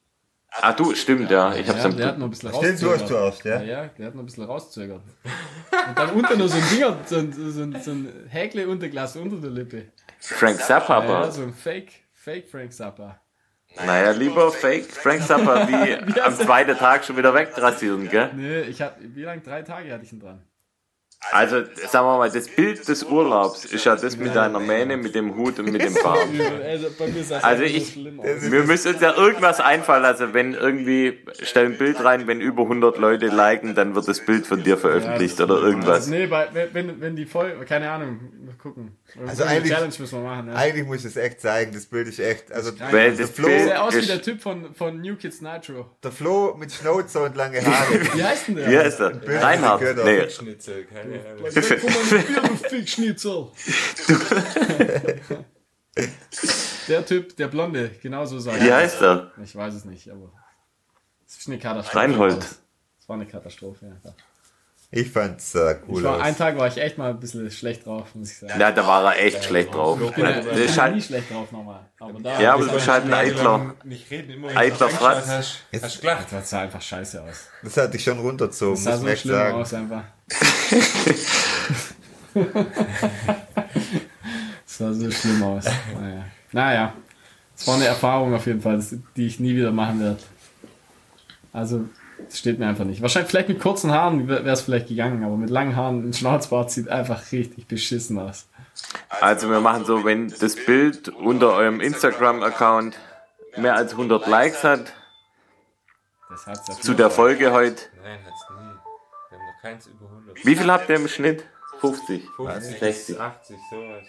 [SPEAKER 5] Ah, du, stimmt, ja. Ich hab's
[SPEAKER 1] Ja, der hat
[SPEAKER 5] am.
[SPEAKER 1] noch ein bisschen
[SPEAKER 4] Stimmt, du hast
[SPEAKER 1] rausgezögert.
[SPEAKER 4] zuerst, ja.
[SPEAKER 1] Ja, der hat noch ein bisschen rauszögert. Und dann unter nur so ein Dinger, so ein, so ein, so ein Häkle Unterglas unter der Lippe.
[SPEAKER 5] Frank Zappa,
[SPEAKER 1] Ja,
[SPEAKER 5] aber.
[SPEAKER 1] so ein Fake, Fake Frank Zappa.
[SPEAKER 5] Naja, lieber Fake Frank Zappa wie am zweiten Tag schon wieder wegrasieren, gell?
[SPEAKER 1] Nee, ich hab, wie lange? Drei Tage hatte ich ihn dran.
[SPEAKER 5] Also, sagen wir mal, das Bild des Urlaubs ist ja das mit deiner Mähne, mit dem Hut und mit dem Bart.
[SPEAKER 1] Also, bei mir sah
[SPEAKER 5] Also
[SPEAKER 1] es
[SPEAKER 5] ich-
[SPEAKER 1] schlimm aus.
[SPEAKER 5] Wir müssen uns ja irgendwas einfallen lassen, wenn irgendwie, stell ein Bild rein, wenn über 100 Leute liken, dann wird das Bild von dir veröffentlicht oder irgendwas.
[SPEAKER 1] Also, nee, bei, wenn- wenn, wenn die voll, keine Ahnung, mal gucken.
[SPEAKER 4] Also
[SPEAKER 1] Also eine
[SPEAKER 4] eigentlich-
[SPEAKER 1] Challenge müssen wir machen. Ja.
[SPEAKER 4] Eigentlich muss ich es echt zeigen, das Bild ist echt. Also
[SPEAKER 5] Weil das
[SPEAKER 4] Flo-
[SPEAKER 1] Sieht
[SPEAKER 5] Bild
[SPEAKER 1] ja aus wie der
[SPEAKER 5] ist,
[SPEAKER 1] Typ von, von New Kids Nitro.
[SPEAKER 4] der Flo mit Schnauze und lange Haare.
[SPEAKER 1] Wie heißt denn der?
[SPEAKER 5] wie heißt er? Reinhard? Nee,
[SPEAKER 6] Schnitzel, keine Ahnung.
[SPEAKER 1] Guck mal, Bier, du Fickschnitzel. der Typ, der Blonde, genau so sagt
[SPEAKER 5] wie heißt er?
[SPEAKER 1] Ich weiß es nicht, aber es ist eine Katastrophe.
[SPEAKER 5] Reinhold.
[SPEAKER 1] Es war eine Katastrophe, ja.
[SPEAKER 4] Ich fand's äh, cool
[SPEAKER 1] Ich war,
[SPEAKER 4] aus.
[SPEAKER 1] einen Tag war ich echt mal ein bisschen schlecht drauf, muss ich sagen.
[SPEAKER 5] Ja, da war er echt schlecht drauf.
[SPEAKER 1] Ich bin ja, ich
[SPEAKER 5] Das ist
[SPEAKER 1] bin nie
[SPEAKER 5] halt,
[SPEAKER 1] schlecht drauf nochmal. Aber da
[SPEAKER 5] ja, aber du bist halt ein
[SPEAKER 6] Tagelang
[SPEAKER 5] Eitler.
[SPEAKER 6] Nicht reden, immer wenn
[SPEAKER 5] Eitler
[SPEAKER 6] du
[SPEAKER 5] Fratz.
[SPEAKER 6] reingeschaut hast,
[SPEAKER 4] Jetzt-
[SPEAKER 6] hast du gelacht.
[SPEAKER 1] das sah einfach scheiße aus.
[SPEAKER 4] Das hat dich schon runterzogen,
[SPEAKER 1] Das sah
[SPEAKER 4] muss ich
[SPEAKER 1] so
[SPEAKER 4] echt
[SPEAKER 1] schlimm
[SPEAKER 4] sagen.
[SPEAKER 1] aus einfach. das sah so schlimm aus. Naja. Naja. Es war eine Erfahrung auf jeden Fall, das- die ich nie wieder machen werde. Also, das steht mir einfach nicht. Wahrscheinlich vielleicht mit kurzen Haaren wäre es vielleicht gegangen, aber mit langen Haaren und Schnauzbart sieht einfach richtig beschissen aus.
[SPEAKER 5] Also wir machen so, wenn das Bild unter eurem Instagram-Account mehr als 100 Likes hat,
[SPEAKER 1] Das hat's ja
[SPEAKER 5] zu der Folge heute,
[SPEAKER 6] Nein, hat's nie. Wir haben noch keins über 100.
[SPEAKER 5] wie viel habt ihr im Schnitt? 50.
[SPEAKER 6] 50,
[SPEAKER 5] 60.
[SPEAKER 6] 80, sowas.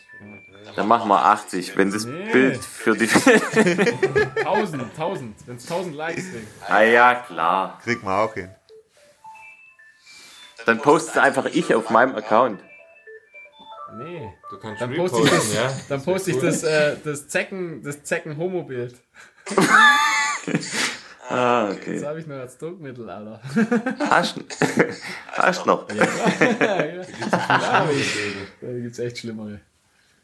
[SPEAKER 5] Dann machen wir 80, wenn das
[SPEAKER 1] Nee.
[SPEAKER 5] Bild für die...
[SPEAKER 1] 1000, 1000, wenn es 1000 Likes sind.
[SPEAKER 5] ah ja, klar.
[SPEAKER 4] Kriegt man auch hin.
[SPEAKER 5] Dann poste es einfach ich auf meinem Account.
[SPEAKER 1] Nee.
[SPEAKER 6] Du kannst
[SPEAKER 1] Dann poste ich das,
[SPEAKER 6] reposten, ja?
[SPEAKER 1] dann poste ich das, äh, das Zecken, das Zecken-Homo-Bild.
[SPEAKER 5] Ah,
[SPEAKER 1] Das
[SPEAKER 5] okay.
[SPEAKER 1] habe ich noch als Druckmittel, Alter.
[SPEAKER 5] Hast hast noch.
[SPEAKER 1] Ja, aber ich- Da gibt es echt schlimmere.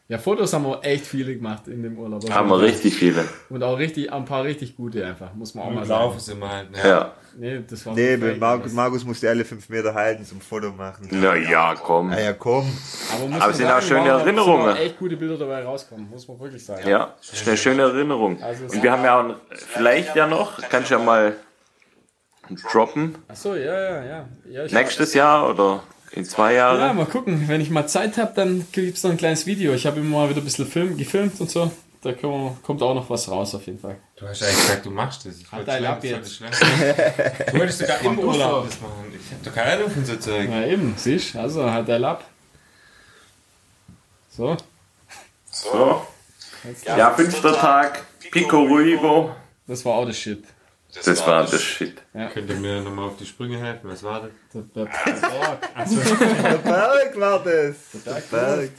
[SPEAKER 1] Ja, Fotos haben wir echt viele gemacht in dem Urlaub.
[SPEAKER 5] Haben wir richtig viele.
[SPEAKER 1] Und auch richtig, ein paar richtig gute einfach, muss man auch mal
[SPEAKER 6] Im
[SPEAKER 1] sagen.
[SPEAKER 6] Lauf ist immer halt, ne?
[SPEAKER 5] Ja.
[SPEAKER 1] Nee, das war
[SPEAKER 4] Nee,
[SPEAKER 1] fake,
[SPEAKER 4] Markus,
[SPEAKER 1] das-
[SPEAKER 4] Markus musste alle fünf Meter halten zum Foto machen.
[SPEAKER 5] Naja, komm.
[SPEAKER 4] Ah ja, komm.
[SPEAKER 1] Aber, muss
[SPEAKER 5] Aber
[SPEAKER 1] man
[SPEAKER 5] es sind auch
[SPEAKER 1] sagen,
[SPEAKER 5] schöne
[SPEAKER 1] waren- sind
[SPEAKER 5] Erinnerungen.
[SPEAKER 1] auch echt gute Bilder dabei rauskommen, muss man wirklich sagen.
[SPEAKER 5] Ja, das ist eine schöne Erinnerung.
[SPEAKER 1] Also
[SPEAKER 5] Und wir haben ja auch, ein- vielleicht ja noch, kannst ja mal droppen,
[SPEAKER 1] Achso, ja, ja, ja. ja ich
[SPEAKER 5] nächstes Jahr oder in zwei
[SPEAKER 1] Ja,
[SPEAKER 5] Jahren.
[SPEAKER 1] mal gucken. Wenn ich mal Zeit habe, dann gibt es noch ein kleines Video. Ich habe immer mal wieder ein bisschen Film, gefilmt und so. Da können wir, kommt auch noch was raus auf jeden Fall.
[SPEAKER 6] Du hast eigentlich gesagt, du machst das. Ich wollte
[SPEAKER 1] dein
[SPEAKER 6] schlecht,
[SPEAKER 1] ab
[SPEAKER 6] ich
[SPEAKER 1] jetzt.
[SPEAKER 6] wollte schlecht. Du wolltest sogar im Urlaub das machen. Ich hab doch keine Ahnung von so Zeug.
[SPEAKER 1] Na eben, siehst Also halt der Lab. So.
[SPEAKER 5] So. Ja, fünfter Tag, Pico Ruibo.
[SPEAKER 1] Das war auch das Shit.
[SPEAKER 5] Das war das Shit.
[SPEAKER 6] Könnt ihr mir nochmal auf die Sprünge helfen? Was war das?
[SPEAKER 1] Der, der, der,
[SPEAKER 4] Der Berg war das. Der Berg.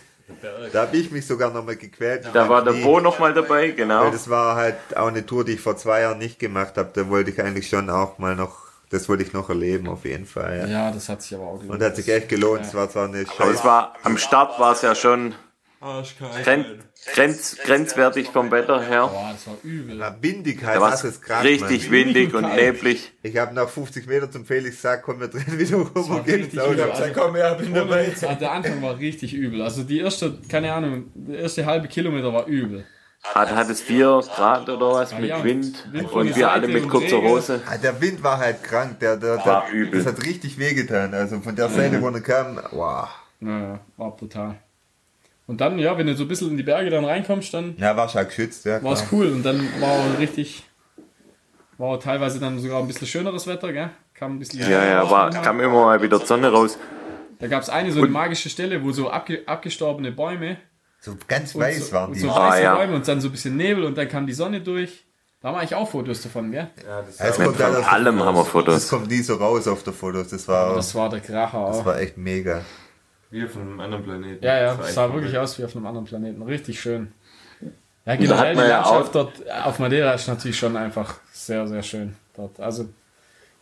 [SPEAKER 4] Da habe ich mich sogar nochmal gequält.
[SPEAKER 5] Da war der Bo nochmal dabei, genau.
[SPEAKER 4] Weil das war halt auch eine Tour, die ich vor zwei Jahren nicht gemacht habe. Da wollte ich eigentlich schon auch mal noch, das wollte ich noch erleben, auf jeden Fall. Ja.
[SPEAKER 1] ja, das hat sich aber auch gelohnt.
[SPEAKER 4] Und hat sich echt gelohnt. Es war zwar eine
[SPEAKER 5] Aber es
[SPEAKER 4] scheiß
[SPEAKER 5] war, am Start war es ja schon gren, grenz, grenzwertig vom Wetter her.
[SPEAKER 1] Boah, das war übel.
[SPEAKER 4] war windig halt,
[SPEAKER 5] Da war
[SPEAKER 4] das
[SPEAKER 5] es
[SPEAKER 4] ist krass.
[SPEAKER 5] richtig
[SPEAKER 4] Mann.
[SPEAKER 5] windig und neblig.
[SPEAKER 4] Ich habe nach 50 Metern zum Felix gesagt, komm, wir drehen wieder rum
[SPEAKER 1] war
[SPEAKER 4] und gehen ins
[SPEAKER 1] richtig
[SPEAKER 4] Auto.
[SPEAKER 1] übel.
[SPEAKER 4] Ich hab gesagt, komm, ja, bin dabei.
[SPEAKER 1] Ah, der Anfang war richtig übel. Also die erste, keine Ahnung, der erste halbe Kilometer war übel.
[SPEAKER 5] Hat, hat es 4 Grad oder was
[SPEAKER 1] Ah ja,
[SPEAKER 5] mit
[SPEAKER 1] und
[SPEAKER 5] Wind
[SPEAKER 1] Wind von
[SPEAKER 5] und
[SPEAKER 1] der
[SPEAKER 5] wir
[SPEAKER 1] Seite
[SPEAKER 5] alle mit
[SPEAKER 1] und
[SPEAKER 5] kurzer
[SPEAKER 1] Regen.
[SPEAKER 5] Hose.
[SPEAKER 4] Ah, der Wind war halt krank. Der, der,
[SPEAKER 5] War
[SPEAKER 4] der,
[SPEAKER 5] übel. Mhm.
[SPEAKER 4] Das hat richtig wehgetan. Also von der Seite, wo er kam, wow.
[SPEAKER 1] Naja, war brutal. Und dann, ja, wenn du so ein bisschen in die Berge dann reinkommst, dann
[SPEAKER 4] Na, war schon geschützt, ja.
[SPEAKER 1] war
[SPEAKER 4] Klar.
[SPEAKER 1] es cool. Und dann war auch richtig, war auch teilweise dann sogar ein bisschen schöneres Wetter, gell? Kam ein bisschen
[SPEAKER 5] Ja, ja, aber kam immer mal wieder die Sonne raus.
[SPEAKER 1] Da gab es eine so eine magische Stelle, wo so abge abgestorbene Bäume
[SPEAKER 4] So ganz
[SPEAKER 1] und
[SPEAKER 4] weiß
[SPEAKER 1] so,
[SPEAKER 4] waren
[SPEAKER 1] und
[SPEAKER 4] die.
[SPEAKER 1] so
[SPEAKER 5] Ah,
[SPEAKER 1] weiße
[SPEAKER 5] ja.
[SPEAKER 1] Bäume und dann so ein bisschen Nebel und dann kam die Sonne durch. Da mache ich auch Fotos davon, gell?
[SPEAKER 6] Ja, das
[SPEAKER 4] Ja, es
[SPEAKER 6] war-
[SPEAKER 5] Von
[SPEAKER 4] kommt halt ja das,
[SPEAKER 5] allem haben wir
[SPEAKER 4] das
[SPEAKER 5] Fotos.
[SPEAKER 4] kommt nie so raus auf der Fotos. Das war, das
[SPEAKER 1] Das war der Kracher auch.
[SPEAKER 4] war echt mega.
[SPEAKER 6] Wir von einem anderen Planeten.
[SPEAKER 1] Ja, ja,
[SPEAKER 6] Das war
[SPEAKER 1] es
[SPEAKER 6] echt
[SPEAKER 1] sah
[SPEAKER 6] verrückt.
[SPEAKER 1] wirklich aus wie auf einem anderen Planeten. Richtig schön. Ja, generell
[SPEAKER 5] hat man
[SPEAKER 1] die
[SPEAKER 5] ja
[SPEAKER 1] Landschaft dort auf Madeira ist natürlich schon einfach sehr, sehr schön dort. Also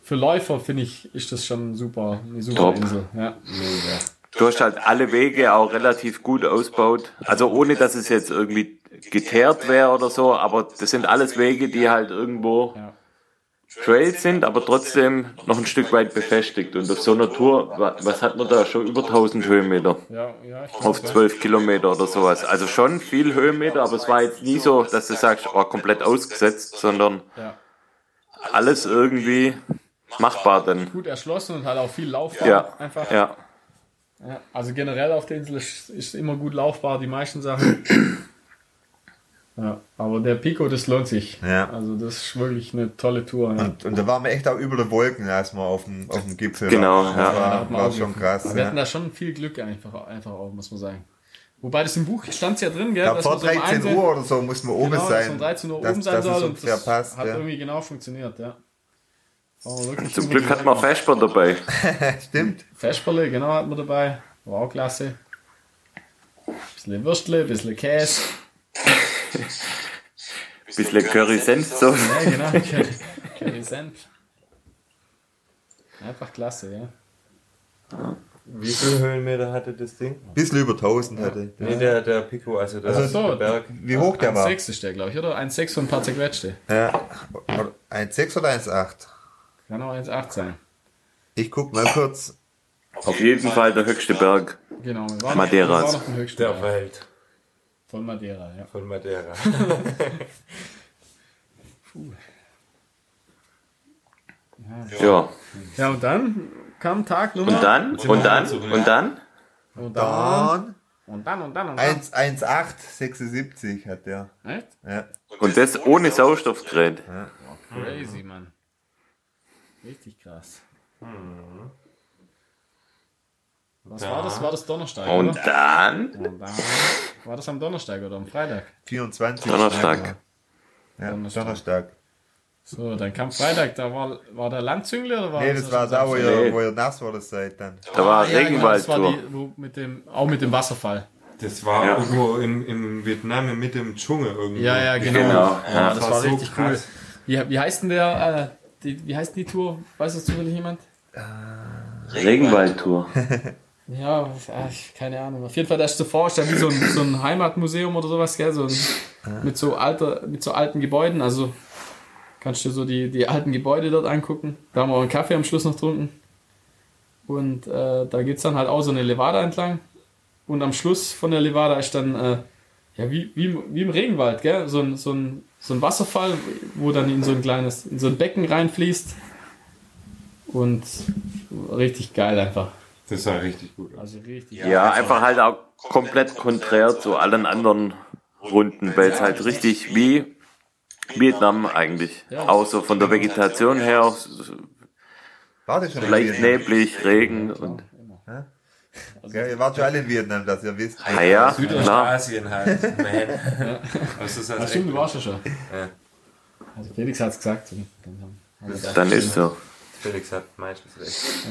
[SPEAKER 1] für Läufer finde ich, ist das schon super, eine super
[SPEAKER 5] Top.
[SPEAKER 1] Insel. Ja.
[SPEAKER 5] du hast halt alle Wege auch relativ gut ausgebaut. Also ohne, dass es jetzt irgendwie geteert wäre oder so, aber das sind alles Wege, die halt irgendwo
[SPEAKER 1] Ja.
[SPEAKER 5] Trails sind, aber trotzdem noch ein Stück weit befestigt. Und auf so einer Tour, wa- was hat man da? Schon über 1000 Höhenmeter
[SPEAKER 1] Ja, ja, ich
[SPEAKER 5] auf 12 Kilometer oder sowas. Also schon viel Höhenmeter, aber es war jetzt nie so, dass du sagst, oh, komplett ausgesetzt, sondern
[SPEAKER 1] ja.
[SPEAKER 5] alles irgendwie machbar dann.
[SPEAKER 1] Gut erschlossen und halt auch viel laufbar.
[SPEAKER 5] Ja,
[SPEAKER 1] Einfach.
[SPEAKER 5] ja.
[SPEAKER 1] Ja, Also generell auf der Insel ist, ist immer gut laufbar, die meisten Sachen. ja, aber der Pico, das lohnt sich.
[SPEAKER 4] Ja.
[SPEAKER 1] Also das ist wirklich eine tolle Tour. Ja.
[SPEAKER 4] Und, und da waren wir echt auch über den Wolken, als wir auf dem, auf dem Gipfel
[SPEAKER 5] Genau,
[SPEAKER 4] waren.
[SPEAKER 5] ja.
[SPEAKER 4] Das war,
[SPEAKER 1] hat man
[SPEAKER 4] war
[SPEAKER 1] auch
[SPEAKER 4] schon
[SPEAKER 1] Glück.
[SPEAKER 4] krass.
[SPEAKER 1] Aber Wir
[SPEAKER 4] Ja.
[SPEAKER 1] hatten da schon viel Glück einfach, einfach auch, muss man sagen. Wobei das im Buch stand ja drin, gell?
[SPEAKER 4] Ja,
[SPEAKER 1] dass
[SPEAKER 4] vor
[SPEAKER 1] man so um
[SPEAKER 4] 13
[SPEAKER 1] 1
[SPEAKER 4] Uhr oder so muss man oben
[SPEAKER 1] genau, dass
[SPEAKER 4] sein.
[SPEAKER 1] um 13 Uhr
[SPEAKER 4] dass,
[SPEAKER 1] oben sein
[SPEAKER 4] dass
[SPEAKER 1] soll
[SPEAKER 4] es
[SPEAKER 1] und
[SPEAKER 4] ungefähr
[SPEAKER 1] das
[SPEAKER 4] passt.
[SPEAKER 1] hat
[SPEAKER 4] Ja.
[SPEAKER 1] irgendwie genau funktioniert, ja. War wirklich
[SPEAKER 5] Zum
[SPEAKER 1] super
[SPEAKER 5] Glück hat man
[SPEAKER 1] gemacht.
[SPEAKER 5] Vesper dabei.
[SPEAKER 4] Stimmt.
[SPEAKER 1] Vesperle, genau, hatten wir dabei. War auch klasse. Bisschen Würstle, bisschen Käse.
[SPEAKER 5] Bisschen Curry-Senf, so.
[SPEAKER 1] Ja, genau. Curry- Curry Senf. Einfach klasse, ja.
[SPEAKER 3] Wie viele Höhenmeter hatte das Ding?
[SPEAKER 4] Bisschen über 1000 hatte.
[SPEAKER 3] Nee, der, der Pico, also der,
[SPEAKER 4] Also
[SPEAKER 1] so.
[SPEAKER 3] der Berg.
[SPEAKER 4] Wie hoch der war?
[SPEAKER 1] 1,6 ist der, glaube ich, oder? 1,6 und ein paar zerquetschte.
[SPEAKER 4] Ja. Oder 1,6 oder 1,8?
[SPEAKER 1] Kann auch 1,8 Genau, sein.
[SPEAKER 4] Ich guck mal kurz.
[SPEAKER 5] Auf jeden Fall der höchste Berg.
[SPEAKER 1] Genau, wir waren
[SPEAKER 5] Madeira.
[SPEAKER 1] Noch, wir waren noch im höchsten
[SPEAKER 3] Der
[SPEAKER 1] Berg.
[SPEAKER 3] Wald
[SPEAKER 1] Von Madeira, ja.
[SPEAKER 3] von Madeira.
[SPEAKER 5] Ja.
[SPEAKER 1] Ja, und dann kam Tag Nummer.
[SPEAKER 5] Und dann, und dann, und dann?
[SPEAKER 1] Und dann.
[SPEAKER 4] Dann
[SPEAKER 1] Und dann, und dann, und dann.
[SPEAKER 4] 1, 1,8, 76 hat der.
[SPEAKER 1] Echt?
[SPEAKER 4] Ja.
[SPEAKER 5] Und das ohne Sauerstoffgerät.
[SPEAKER 1] Crazy, Mann. Richtig krass. Was war das? War das Donnerstag?
[SPEAKER 5] Und
[SPEAKER 1] oder?
[SPEAKER 5] dann?
[SPEAKER 1] Und dann. War das am Donnerstag oder am Freitag?
[SPEAKER 4] 24.
[SPEAKER 5] Donnerstag.
[SPEAKER 4] Ja,
[SPEAKER 1] Donnerstag.
[SPEAKER 4] Donnerstag.
[SPEAKER 1] So, dann kam Freitag, da war, war der Landzüngler oder war
[SPEAKER 4] Nee, das war da, wo
[SPEAKER 1] Samstag?
[SPEAKER 4] ihr,
[SPEAKER 5] Nee.
[SPEAKER 4] wo ihr nass wurde seid dann.
[SPEAKER 5] Da war
[SPEAKER 1] Ja, genau, das war
[SPEAKER 5] Regenwaldtour.
[SPEAKER 1] die, wo mit dem, auch mit dem Wasserfall.
[SPEAKER 6] Das war
[SPEAKER 5] Ja.
[SPEAKER 6] irgendwo im, im Vietnam, mit dem Dschungel irgendwo.
[SPEAKER 1] Ja, ja, genau.
[SPEAKER 5] Genau,
[SPEAKER 1] Ja,
[SPEAKER 5] ja.
[SPEAKER 1] das,
[SPEAKER 6] Das
[SPEAKER 1] war
[SPEAKER 6] war so
[SPEAKER 1] richtig cool.
[SPEAKER 6] krass.
[SPEAKER 1] Wie, wie heißt denn der, äh, die, wie heißt die Tour? Weiß das zufällig jemand?
[SPEAKER 5] Regenwaldtour.
[SPEAKER 1] Ja, ach, keine Ahnung. Auf jeden Fall, das ist zuvor ist ja wie so ein, so ein Heimatmuseum oder sowas, gell? So ein, mit, so alter, mit so alten Gebäuden. Also kannst du dir so die, die alten Gebäude dort angucken. Da haben wir auch einen Kaffee am Schluss noch getrunken. Und äh, da geht es dann halt auch so eine Levada entlang. Und am Schluss von der Levada ist dann, äh, ja, wie, wie, im- wie im Regenwald, gell? So ein, so, ein, so ein Wasserfall, wo dann in so ein kleines, in so ein Becken reinfließt. Und richtig geil einfach.
[SPEAKER 6] Das sah richtig gut aus.
[SPEAKER 1] Also richtig
[SPEAKER 5] Ja, einfach halt auch komplett konträr zu allen anderen Runden, weil es halt richtig wie Vietnam eigentlich. Außer von der Vegetation her,
[SPEAKER 4] War das schon in
[SPEAKER 5] leicht
[SPEAKER 4] Vietnam?
[SPEAKER 5] neblig, Regen und.
[SPEAKER 1] Also
[SPEAKER 4] Gell, ihr wart schon alle in Vietnam, dass ihr wisst.
[SPEAKER 5] Ah ja, klar.
[SPEAKER 6] Südostasien halt. Man. Das ist
[SPEAKER 1] Ja,
[SPEAKER 6] halt
[SPEAKER 1] stimmt,
[SPEAKER 6] echt
[SPEAKER 1] du warst ja schon. Also Felix hat es gesagt. und dann haben- haben wir
[SPEAKER 5] Dann ist so.
[SPEAKER 3] Felix hat meistens recht.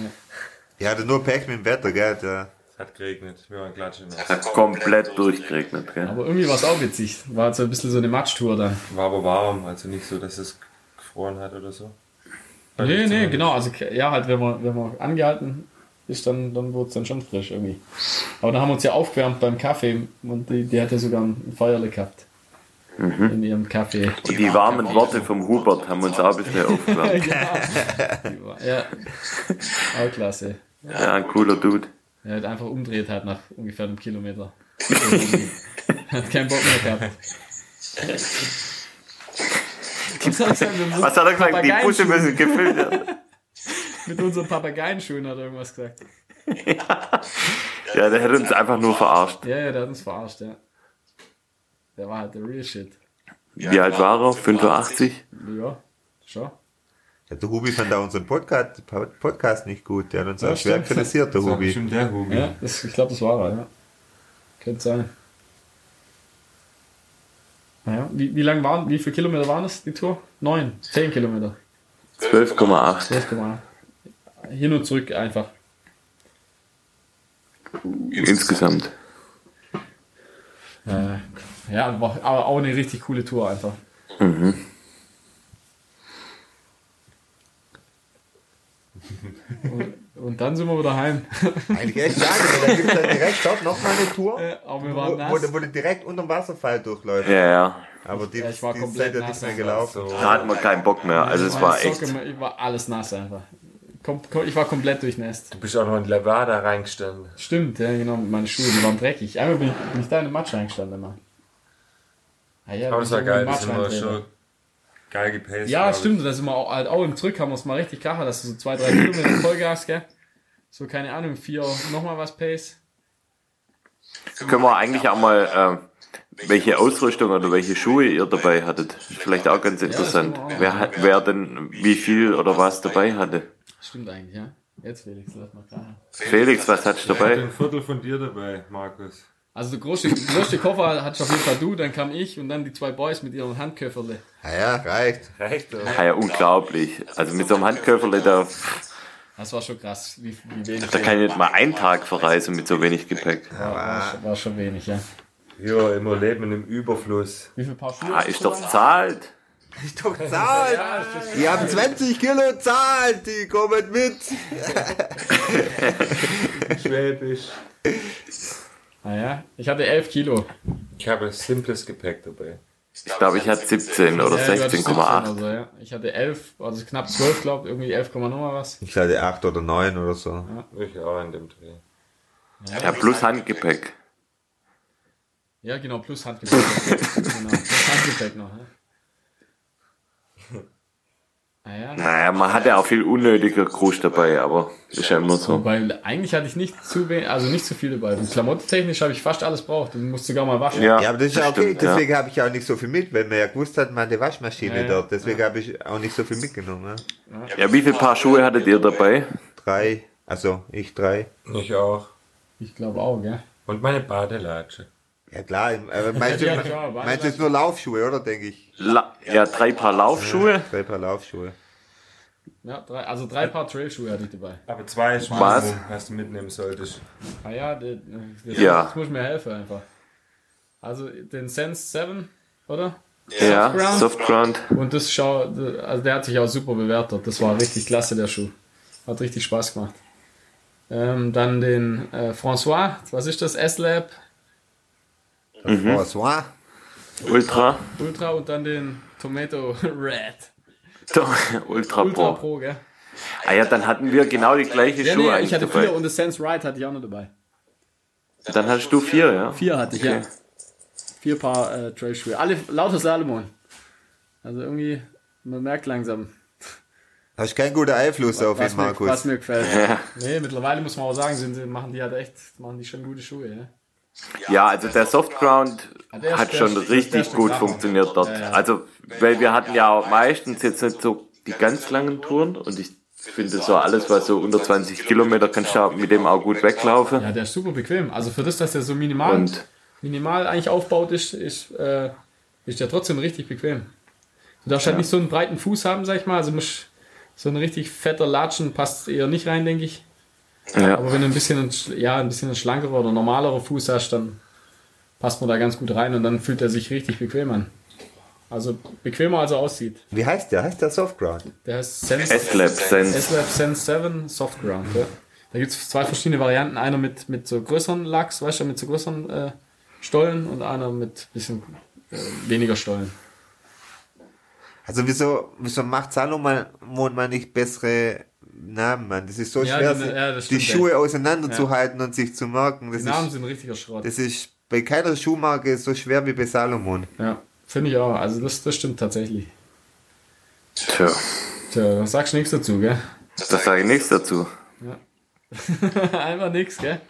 [SPEAKER 4] Ihr hattet nur Pech mit dem Wetter, gell? Der,
[SPEAKER 3] Es hat geregnet. Wir waren klatschen.
[SPEAKER 5] Komplett durchgeregnet,
[SPEAKER 1] da.
[SPEAKER 5] gell?
[SPEAKER 1] Aber irgendwie war es auch witzig. War halt so ein bisschen so eine Matschtour dann.
[SPEAKER 3] War aber warm, also nicht so, dass es gefroren hat oder so.
[SPEAKER 1] Nee, nee, genau. Also ja, halt, wenn man, wenn man angehalten ist, dann, dann wurde es dann schon frisch irgendwie. Aber dann haben wir uns ja aufgewärmt beim Kaffee und die, die hat ja sogar ein Feuerle gehabt.
[SPEAKER 5] Mhm.
[SPEAKER 1] In ihrem Kaffee.
[SPEAKER 5] Und die warmen Worte vom Hubert haben uns auch ein bisschen aufgewärmt.
[SPEAKER 1] Ja, auch klasse.
[SPEAKER 5] Ja, ein cooler Dude.
[SPEAKER 1] Er hat einfach umdreht halt nach ungefähr einem Kilometer. hat keinen Bock mehr gehabt. Was hat er gesagt? Mit
[SPEAKER 5] Was hat er gesagt? Die Busche
[SPEAKER 1] Papageienschuhen-
[SPEAKER 5] müssen gefüllt werden.
[SPEAKER 1] Mit unseren Papageienschuhen hat er irgendwas gesagt.
[SPEAKER 5] Ja, der hat uns einfach nur verarscht.
[SPEAKER 1] Ja, ja, der hat uns verarscht, ja. Der war halt der real shit.
[SPEAKER 5] Wie alt war er? 85?
[SPEAKER 1] Ja, schon.
[SPEAKER 4] ja, der Hubi fand da unseren Podcast, Podcast nicht gut. Der hat uns
[SPEAKER 1] Ja,
[SPEAKER 4] auch schwer
[SPEAKER 1] stimmt.
[SPEAKER 4] kritisiert, der
[SPEAKER 6] Das war
[SPEAKER 4] Hubi.
[SPEAKER 6] bestimmt der Hubi.
[SPEAKER 1] Ja, das, ich glaube, das war er, ja. Könnte sein. Naja, wie, wie lang waren, wie viele Kilometer waren es, die Tour? Neun, zehn Kilometer.
[SPEAKER 5] 12,8.
[SPEAKER 1] Das mal. Hin und zurück einfach.
[SPEAKER 5] Insgesamt.
[SPEAKER 1] Äh, ja, war aber auch eine richtig coole Tour einfach. Und, und dann sind wir wieder heim.
[SPEAKER 4] Eigentlich echt schade, weil da gibt es direkt dort nochmal eine Tour,
[SPEAKER 1] Äh, Aber wir
[SPEAKER 4] wo,
[SPEAKER 1] waren
[SPEAKER 4] wo, du-
[SPEAKER 1] nass.
[SPEAKER 4] wo du direkt unterm Wasserfall durchläufst.
[SPEAKER 5] Ja, ja.
[SPEAKER 4] Aber die,
[SPEAKER 1] Ja, ich war
[SPEAKER 4] die
[SPEAKER 1] komplett
[SPEAKER 4] seid ja
[SPEAKER 1] nass,
[SPEAKER 4] nicht mehr
[SPEAKER 1] also
[SPEAKER 4] gelaufen.
[SPEAKER 5] Da hatten wir keinen Bock mehr. Also es war
[SPEAKER 1] Meine
[SPEAKER 5] echt.
[SPEAKER 1] Socke, Ich war alles nass einfach. Kom- kom- Ich war komplett durchnässt.
[SPEAKER 6] Du bist auch noch in Lavada reingestanden.
[SPEAKER 1] Stimmt, ja genau, meine Schuhe, die waren dreckig. Einmal bin ich, bin ich da in den Matsch reingestanden immer. Ah, ja,
[SPEAKER 6] Aber das
[SPEAKER 1] bin ich
[SPEAKER 6] war
[SPEAKER 1] in den
[SPEAKER 6] geil,
[SPEAKER 1] Matsch
[SPEAKER 6] das haben wir
[SPEAKER 1] reintreten.
[SPEAKER 6] schon geil gepaced.
[SPEAKER 1] Ja,
[SPEAKER 6] glaub ich.
[SPEAKER 1] stimmt, da sind wir auch, halt auch im Zurück haben wir es mal richtig kracher, dass du so zwei, drei Kilometer Vollgas, gell? So, keine Ahnung, vier, nochmal was Pace.
[SPEAKER 5] Können wir eigentlich auch mal, äh, welche Ausrüstung oder welche Schuhe ihr dabei hattet? Vielleicht auch ganz interessant.
[SPEAKER 1] können wir auch.
[SPEAKER 5] Wer, hat- wer denn wie viel oder was dabei hatte?
[SPEAKER 1] Stimmt eigentlich, ja. Jetzt, Felix, lass mal kracher.
[SPEAKER 5] Felix, was hattest du
[SPEAKER 6] Ich hatte
[SPEAKER 5] dabei?
[SPEAKER 6] ein Viertel von dir dabei, Markus.
[SPEAKER 1] Also, der größte, größte Koffer hattest auf jeden Fall du, dann kam ich und dann die zwei Boys mit ihren Handköfferle.
[SPEAKER 4] Ah ja, reicht.
[SPEAKER 6] Reicht doch.
[SPEAKER 5] Ja, ja, unglaublich. Also mit so einem Handköfferle, da,
[SPEAKER 1] Das war schon krass, wie, wie wenig.
[SPEAKER 5] da kann ich nicht mal einen Tag verreisen mit so wenig Gepäck.
[SPEAKER 1] war, schon- war schon wenig, ja.
[SPEAKER 6] Ja, immer leben im Überfluss.
[SPEAKER 1] Wie viel Paar Schuhe?
[SPEAKER 5] Ah, ist doch zahlt.
[SPEAKER 4] Ich doch zahlt! Die haben 20 Kilo zahlt, die kommen mit!
[SPEAKER 6] Schwäbisch.
[SPEAKER 1] Ah, ja. Ich hatte 11 Kilo.
[SPEAKER 6] Ich habe simples Gepäck dabei.
[SPEAKER 5] Ich glaube, ich hatte 17 oder
[SPEAKER 1] Ja, du hattest 17
[SPEAKER 5] 16,8.
[SPEAKER 1] oder so, ja. Ich hatte 11, also knapp 12, glaube ich, irgendwie 11, nochmal was.
[SPEAKER 4] Ich hatte 8 oder 9 oder so.
[SPEAKER 6] Ich auch in dem Dreh.
[SPEAKER 5] Ja, plus Handgepäck.
[SPEAKER 1] Ja, genau, plus Handgepäck. genau, plus Handgepäck noch. ne? Ja. Ah ja.
[SPEAKER 5] Naja, man hat ja auch viel unnötiger Krusch dabei, aber ist ja immer so.
[SPEAKER 1] Wobei, eigentlich hatte ich nicht zu wenig, also nicht zu viel dabei. Und Klamottentechnisch habe ich fast alles braucht. Du musst sogar mal waschen.
[SPEAKER 5] Ja,
[SPEAKER 4] Ja, aber das ist ja okay,
[SPEAKER 5] stimmt,
[SPEAKER 4] deswegen habe ich ja auch nicht so viel mit, weil wir ja gewusst hatten, man hat eine Waschmaschine
[SPEAKER 1] Ja, ja.
[SPEAKER 4] dort, deswegen habe ich auch nicht so viel mitgenommen. ne? Ja.
[SPEAKER 5] ja. ja, wie viel Paar Schuhe hattet ihr dabei?
[SPEAKER 4] Drei, also ich drei.
[SPEAKER 6] Ich auch.
[SPEAKER 1] Ich glaube auch, gell?
[SPEAKER 6] Und meine Badelatsche.
[SPEAKER 4] Ja klar, aber meinst du,
[SPEAKER 1] Ja, klar, war
[SPEAKER 4] meinst du jetzt nur Laufschuhe, oder, denke ich?
[SPEAKER 5] La ja, drei Paar Laufschuhe.
[SPEAKER 4] Drei Paar Laufschuhe.
[SPEAKER 1] Ja, drei, also drei Paar Trailschuhe hatte ich dabei.
[SPEAKER 6] Aber zwei Schuhe,
[SPEAKER 5] Was?
[SPEAKER 6] was du mitnehmen solltest.
[SPEAKER 1] Ah ja, de- de- das,
[SPEAKER 5] Ja.
[SPEAKER 1] das muss mir helfen einfach. Also den Sense 7, oder?
[SPEAKER 5] Ja,
[SPEAKER 1] Softground.
[SPEAKER 5] Softground.
[SPEAKER 1] Und das schau, also der hat sich auch super bewährt dort. Das war richtig klasse, der Schuh. Hat richtig Spaß gemacht. Ähm, dann den äh, François, was ist das? S-Lab
[SPEAKER 4] François?
[SPEAKER 5] Ultra.
[SPEAKER 1] Ultra und dann den Tomato Red.
[SPEAKER 5] Doch, Ultra
[SPEAKER 1] Ultra
[SPEAKER 5] Pro.
[SPEAKER 1] Pro, gell?
[SPEAKER 5] Ah ja, dann hatten wir genau die gleiche
[SPEAKER 1] Ja,
[SPEAKER 5] Oh. Schuhe
[SPEAKER 1] nee,
[SPEAKER 5] eigentlich
[SPEAKER 1] ich hatte
[SPEAKER 5] dabei.
[SPEAKER 1] vier und das Sense Right hatte ich auch noch dabei.
[SPEAKER 5] dann hattest du vier, ja.
[SPEAKER 1] Vier hatte ich, ja. Vier Paar äh, Trailschuhe. Alle lauter Salomon. Also irgendwie, man merkt langsam,
[SPEAKER 4] Hast keinen guten Einfluss auf
[SPEAKER 1] was
[SPEAKER 4] ihn,
[SPEAKER 1] mir, was
[SPEAKER 4] Markus.
[SPEAKER 1] mir gefällt.
[SPEAKER 5] Ja.
[SPEAKER 1] Nee, mittlerweile muss man auch sagen, sind, sie- machen die halt echt, machen die schon gute Schuhe, ja.
[SPEAKER 5] Ja, also der Softground
[SPEAKER 1] Ah, der
[SPEAKER 5] hat
[SPEAKER 1] ist-
[SPEAKER 5] schon
[SPEAKER 1] der ist- der
[SPEAKER 5] richtig
[SPEAKER 1] ist
[SPEAKER 5] gut
[SPEAKER 1] der
[SPEAKER 5] funktioniert dort. Also, weil wir hatten ja auch meistens jetzt nicht so die ganz langen Touren und ich finde so alles, was so unter 20 Kilometer kannst du ja mit dem auch gut weglaufen.
[SPEAKER 1] Ja, der ist super bequem. Also für das, dass der so minimal,
[SPEAKER 5] Und
[SPEAKER 1] minimal eigentlich aufbaut ist, ist, äh, ist der trotzdem richtig bequem. Du darfst halt nicht so einen breiten Fuß haben, sag ich mal. Also musst, so ein richtig fetter Latschen passt eher nicht rein, denke ich.
[SPEAKER 5] ja,
[SPEAKER 1] Aber wenn du ein bisschen, ein, sch- ja, ein bisschen ein schlankerer oder normalerer Fuß hast, dann passt man da ganz gut rein und dann fühlt er sich richtig bequem an. Also bequemer als er aussieht.
[SPEAKER 4] Wie heißt der? Heißt der Softground?
[SPEAKER 1] Der heißt Sense,
[SPEAKER 5] S-Lab Sense.
[SPEAKER 1] S-Lab Sense 7 Soft Ground. Ja. Da gibt es zwei verschiedene Varianten. Einer mit, mit so größeren Lachs, weißt du, mit so größeren äh, Stollen und einer mit bisschen äh, weniger Stollen.
[SPEAKER 4] Also wieso, wieso macht Salomon mal nicht bessere Namen, Mann? Das ist so
[SPEAKER 1] Ja,
[SPEAKER 4] schwer,
[SPEAKER 1] die-
[SPEAKER 4] die,
[SPEAKER 1] ja, Genau. das
[SPEAKER 4] die
[SPEAKER 1] stimmt,
[SPEAKER 4] Schuhe auseinanderzuhalten und sich zu merken. Das
[SPEAKER 1] Die Namen
[SPEAKER 4] ist,
[SPEAKER 1] sind richtiger Schrott.
[SPEAKER 4] das ist bei keiner Schuhmarke so schwer wie bei Salomon.
[SPEAKER 1] Ja, finde ich auch. Also das, das stimmt tatsächlich.
[SPEAKER 5] Tja,
[SPEAKER 1] Tja, da sagst du nichts dazu, gell?
[SPEAKER 5] das sage ich nichts dazu.
[SPEAKER 1] Einfach nix, gell?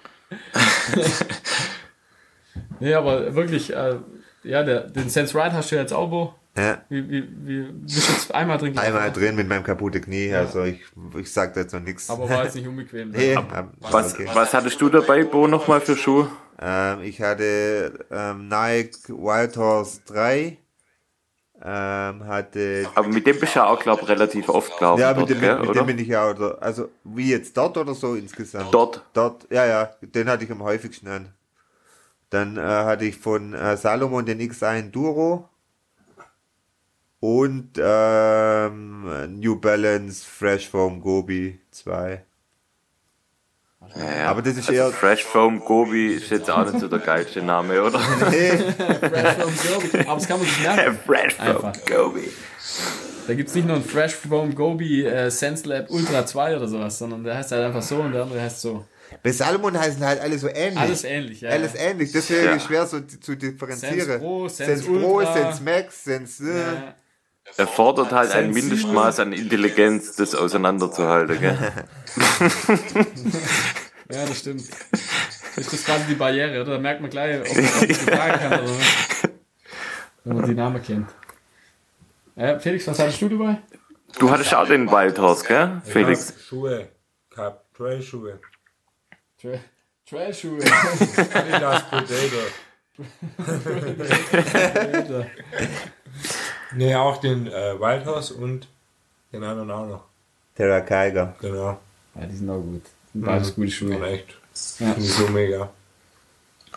[SPEAKER 1] nee, aber wirklich, äh, ja, der, den Sense Ride hast du ja jetzt auch, Bo.
[SPEAKER 4] Ja.
[SPEAKER 1] Wie, wie, wie bist jetzt einmal drin gelaufen?
[SPEAKER 4] Einmal drin mit meinem kaputten Knie, also ich, ich sag da jetzt noch nichts.
[SPEAKER 1] Aber war jetzt nicht unbequem. ne?
[SPEAKER 4] Nee, ab-
[SPEAKER 5] Was,
[SPEAKER 4] okay.
[SPEAKER 5] was hattest du dabei, Bo, nochmal für Schuhe?
[SPEAKER 4] Ähm, ich hatte ähm, Nike Wild Horse 3, ähm, hatte
[SPEAKER 5] Aber mit dem bist du ja auch, glaube ich, relativ oft gelaufen
[SPEAKER 4] Ja, mit
[SPEAKER 5] dort,
[SPEAKER 4] dem,
[SPEAKER 5] gell,
[SPEAKER 4] mit
[SPEAKER 5] oder?
[SPEAKER 4] dem bin ich ja, oder, also wie jetzt dort oder so insgesamt?
[SPEAKER 5] Dort.
[SPEAKER 4] Dort, ja, ja, den hatte ich am häufigsten an. Dann äh, hatte ich von äh, Salomon den X1 Duro Und ähm, New Balance Fresh Foam Gobi 2.
[SPEAKER 5] Ja, ja.
[SPEAKER 4] Aber das ist
[SPEAKER 5] also
[SPEAKER 4] eher-
[SPEAKER 5] Fresh Foam Gobi ist jetzt auch nicht so der geilste Name, oder?
[SPEAKER 1] Fresh from Gobi. Aber das kann man sich merken.
[SPEAKER 5] Fresh Foam
[SPEAKER 1] Einfach.
[SPEAKER 5] Gobi.
[SPEAKER 1] Da gibt es nicht nur ein Fresh from Gobi äh, Sense Lab Ultra 2 oder sowas, sondern der heißt halt einfach so und der andere heißt so.
[SPEAKER 4] Bei Salmon heißen halt alle so ähnlich.
[SPEAKER 1] Alles ähnlich, ja.
[SPEAKER 4] Alles ähnlich, deswegen
[SPEAKER 5] Ja.
[SPEAKER 4] ist schwer so zu differenzieren.
[SPEAKER 1] Sense Pro, Sense
[SPEAKER 4] Pro,
[SPEAKER 1] Ultra.
[SPEAKER 4] Sense Max, Sense. äh,
[SPEAKER 1] ja.
[SPEAKER 5] Er fordert halt ein
[SPEAKER 1] Sensibel.
[SPEAKER 5] Mindestmaß an Intelligenz, das auseinanderzuhalten, gell?
[SPEAKER 1] Ja, das stimmt. Ist das quasi die Barriere, oder? Da merkt man gleich, ob man ob man fragen kann oder nicht. Wenn man die Namen kennt. Ja, Felix, was hattest du dabei?
[SPEAKER 5] Du hattest auch den Wildhorst, gell, Felix?
[SPEAKER 7] Ich hab Schuhe. Gehabt. Trailschuhe.
[SPEAKER 1] Tra Trailschuhe.
[SPEAKER 7] Adidas Potato. Nee, auch den äh, Wildhaus und den anderen auch noch.
[SPEAKER 4] Terra Kaiger.
[SPEAKER 7] Genau.
[SPEAKER 1] ja, die sind auch gut. Sind beides
[SPEAKER 5] Mhm.
[SPEAKER 1] gute
[SPEAKER 7] Und
[SPEAKER 1] Schuhe.
[SPEAKER 7] echt. Finde ich so mega.